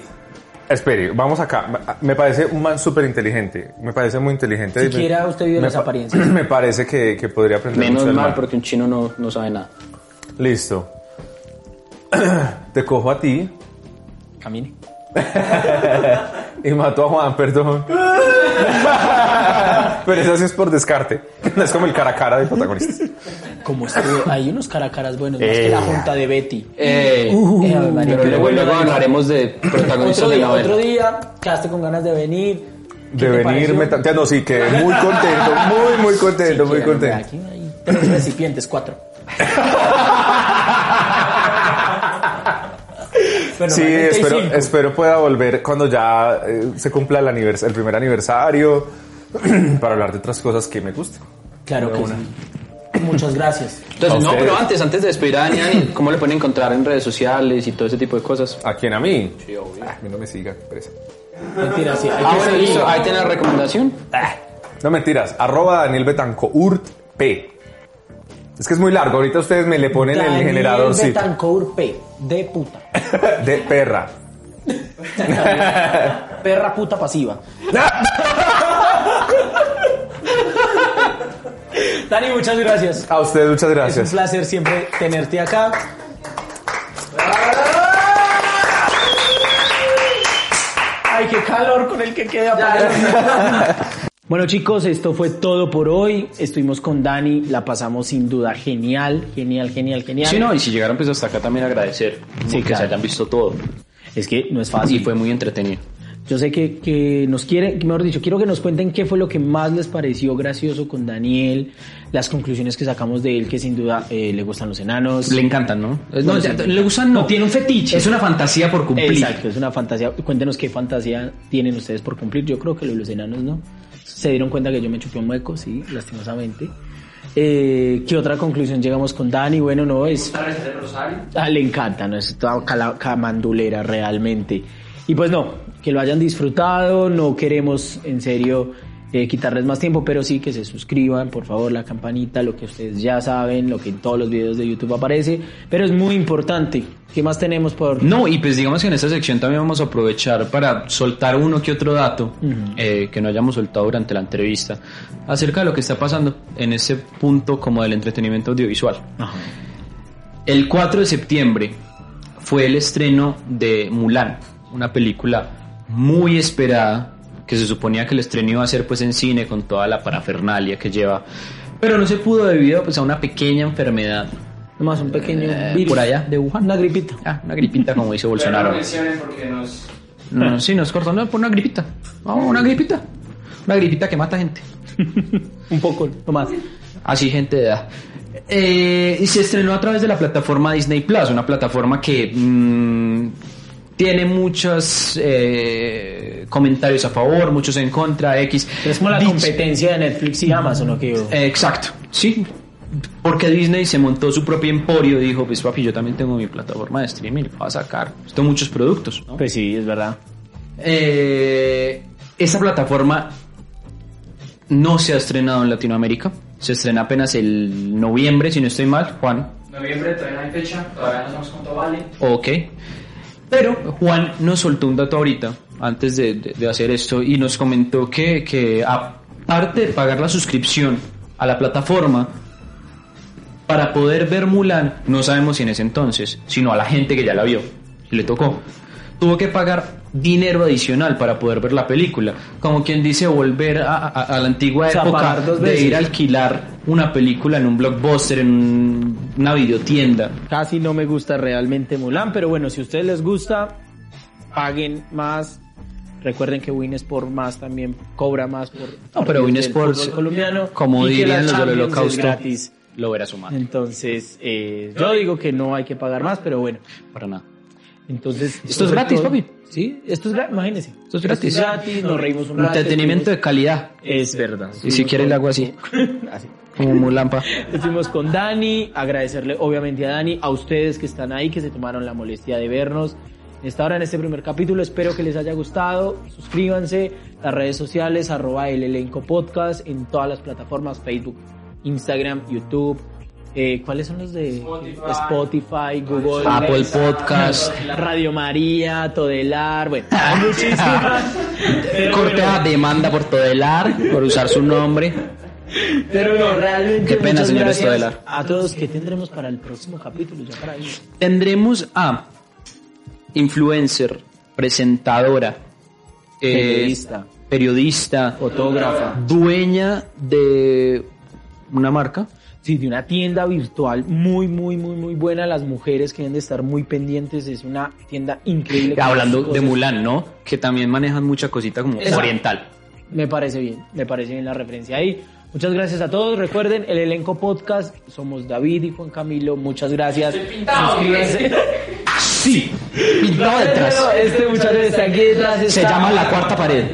Espere, vamos acá. Me parece un man súper inteligente. Me parece muy inteligente.
Siquiera usted vive
me
las
pa-
apariencias.
Me parece que, que podría aprender
Menos
mucho del
mal,
man.
porque un chino no, no sabe nada.
Listo. Te cojo a ti
Camine.
y mato a Juan, perdón. Pero eso sí es por descarte. Es como el cara a cara del protagonista.
Como estuvo. Hay unos cara a caras buenos, más que la junta de Betty.
Eh,
Uh,
Eh, Ave María.
pero luego, luego hablaremos de protagonistas
otro
de
día,
novela.
otro día, quedaste con ganas de venir. ¿Qué
De
te
venir,
pareció?
me ta- No, sí, que muy contento, muy, muy contento, muy
Siquiera,
contento.
Aquí hay tres recipientes, cuatro. Bueno,
Sí,
realmente hay
espero,
cinco.
espero pueda volver cuando ya eh, se cumpla el, anivers- el primer aniversario para hablar de otras cosas que me gustan.
Claro que sí. Muchas gracias.
Entonces,
A
no,
ustedes.
pero antes, antes de despedir a Dani, Dani, ¿cómo le pueden encontrar en redes sociales y todo ese tipo de cosas?
¿A quién? ¿A mí? Ah, a mí no me siga, qué pereza.
Mentira, sí. hay
Ah,
que
bueno,
seguir.
listo, Ah, ahí tiene la recomendación.
No mentiras, arroba Daniel Betancourt P. Es que es muy largo, ahorita ustedes me le ponen el
Daniel
generador sí,
Betancourt P. De puta.
de perra.
Perra puta pasiva. Dani, muchas gracias.
A ustedes muchas
Es
gracias.
un placer siempre tenerte acá. Ay, qué calor con el que queda. Bueno chicos, esto fue todo por hoy. Estuvimos con Dani, la pasamos sin duda genial, genial, genial, genial.
Sí, no, y si llegaron pues hasta acá también agradecer sí, Ah, que
claro.
se hayan visto todo.
Es que no es
Y
fácil.
fue muy entretenido.
Yo sé que, que nos quieren, que mejor dicho, quiero que nos cuenten qué fue lo que más les pareció gracioso con Daniel, las conclusiones que sacamos de él, que sin duda eh, le gustan los enanos.
Le encantan, ¿no?
No,
No,
sí.
le gustan, no. Tiene un fetiche. Es una fantasía por cumplir.
Exacto, es una fantasía. Cuéntenos qué fantasía tienen ustedes por cumplir. Yo creo que lo de los enanos no. Se dieron cuenta que yo me chupé un hueco, sí, lastimosamente. Eh, ¿Qué otra conclusión llegamos con Dani? Bueno, no es.
Tal vez el Rosario.
Ah, le encanta, ¿no? Es toda cala- camandulera realmente. Y pues no, que lo hayan disfrutado, no queremos en serio eh, quitarles más tiempo, pero sí que se suscriban, por favor, la campanita, lo que ustedes ya saben, lo que en todos los videos de YouTube aparece, pero es muy importante. ¿Qué más tenemos por...?
No, y pues digamos que en esta sección también vamos a aprovechar para soltar uno que otro dato eh, que no hayamos soltado durante la entrevista acerca de lo que está pasando en ese punto como del entretenimiento audiovisual. El 4 de septiembre fue el estreno de Mulan, una película muy esperada que se suponía que el estreno iba a ser pues en cine con toda la parafernalia que lleva, pero no se pudo debido pues a una pequeña enfermedad.
Nomás un pequeño
Eh,
virus.
por allá, de
Wuhan. Una gripita.
Ah, una gripita como dice
Pero
Bolsonaro.
no mencionen porque nos...
No, sí, nos cortó no, por una gripita. No, una gripita. Una gripita que mata gente.
Un poco, nomás.
Así gente de edad. Eh, y se estrenó a través de la plataforma Disney Plus, una plataforma que mm, tiene muchos eh, comentarios a favor, muchos en contra, X.
Es como la
Dicho-
competencia de Netflix y Amazon, ¿o qué?
Eh, exacto, sí. Porque Disney se montó su propio emporio, dijo, pues papi, yo también tengo mi plataforma de streaming, va a sacar. Tengo muchos productos. ¿no?
Pues sí, es verdad.
Eh, esta plataforma no se ha estrenado en Latinoamérica. Se estrena apenas el noviembre, si no estoy mal, Juan.
Noviembre todavía no hay fecha, todavía no sabemos cuánto vale.
Ok. Pero Juan nos soltó un dato ahorita, antes de, de- de hacer esto, y nos comentó que, que aparte de pagar la suscripción a la plataforma, para poder ver Mulan, no sabemos si en ese entonces, sino a la gente que ya la vio y le tocó. Tuvo que pagar dinero adicional para poder ver la película. Como quien dice, volver a, a- a la antigua
sea,
época
pagar dos
de
veces.
ir a alquilar una película en un blockbuster, en un- una videotienda.
Casi no me gusta realmente Mulan, pero bueno, si a ustedes les gusta, paguen más. Recuerden que Win Sport más también cobra más por.
No, pero
por el
Win Sports,
fútbol colombiano.
como
y que la
dirían los del
Champions es
holocausto,
gratis.
lo verá su madre.
Entonces, eh, yo digo que no hay que pagar más, pero bueno.
Para nada.
Entonces.
Esto es gratis, papi.
Sí, esto es gratis, imagínense.
Esto es gratis.
gratis, nos reímos un rato.
Entretenimiento de calidad.
Es verdad.
Y si quiere le hago así,
Así.
como Mulampa.
Estuvimos con Dani, agradecerle obviamente a Dani, a ustedes que están ahí, que se tomaron la molestia de vernos. En Esta hora en este primer capítulo, espero que les haya gustado. Suscríbanse, las redes sociales, arroba el elenco podcast, en todas las plataformas, Facebook, Instagram, YouTube, eh, ¿cuáles son los de
Spotify.
Spotify, Google,
Apple
Alexa,
Podcast.
Radio María, Todelar, bueno, hay muchísimas. pero,
Cortea demanda por Todelar, por usar su nombre.
pero no, realmente
Qué pena,
muchas
señores
gracias
Todelar.
A todos que tendremos para el próximo capítulo ya para ir.
Tendremos a influencer, presentadora, eh,
Periodista.
periodista,
Fotógrafa.
dueña de una marca.
Sí, de una tienda virtual muy, muy, muy, muy buena. Las mujeres que deben de estar muy pendientes. Es una tienda increíble. con
Hablando
cosas.
de Mulan, ¿no? Que también manejan mucha cosita como
Exacto.
oriental.
Me parece bien, me parece bien la referencia ahí. Muchas gracias a todos. Recuerden, el elenco podcast somos David y Juan Camilo. Muchas gracias.
pintado,
Suscríbanse.
Sí, pintado detrás.
Este muchacho está aquí detrás.
Se
está-
llama la cuarta pared.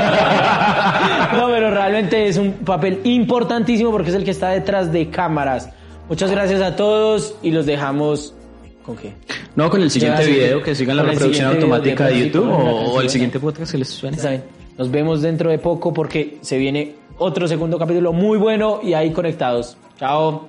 La- No, pero realmente es un papel importantísimo porque es el que está detrás de cámaras. Muchas gracias a todos y los dejamos con qué.
No, con el siguiente
Ya, sí.
video, que sigan la
Con el
reproducción
siguiente video
automática
de
de YouTube
Pepsi, con la
o, o
canción.
el siguiente podcast que les suene.
Está bien. Nos vemos dentro de poco porque se viene otro segundo capítulo muy bueno y ahí conectados. Chao.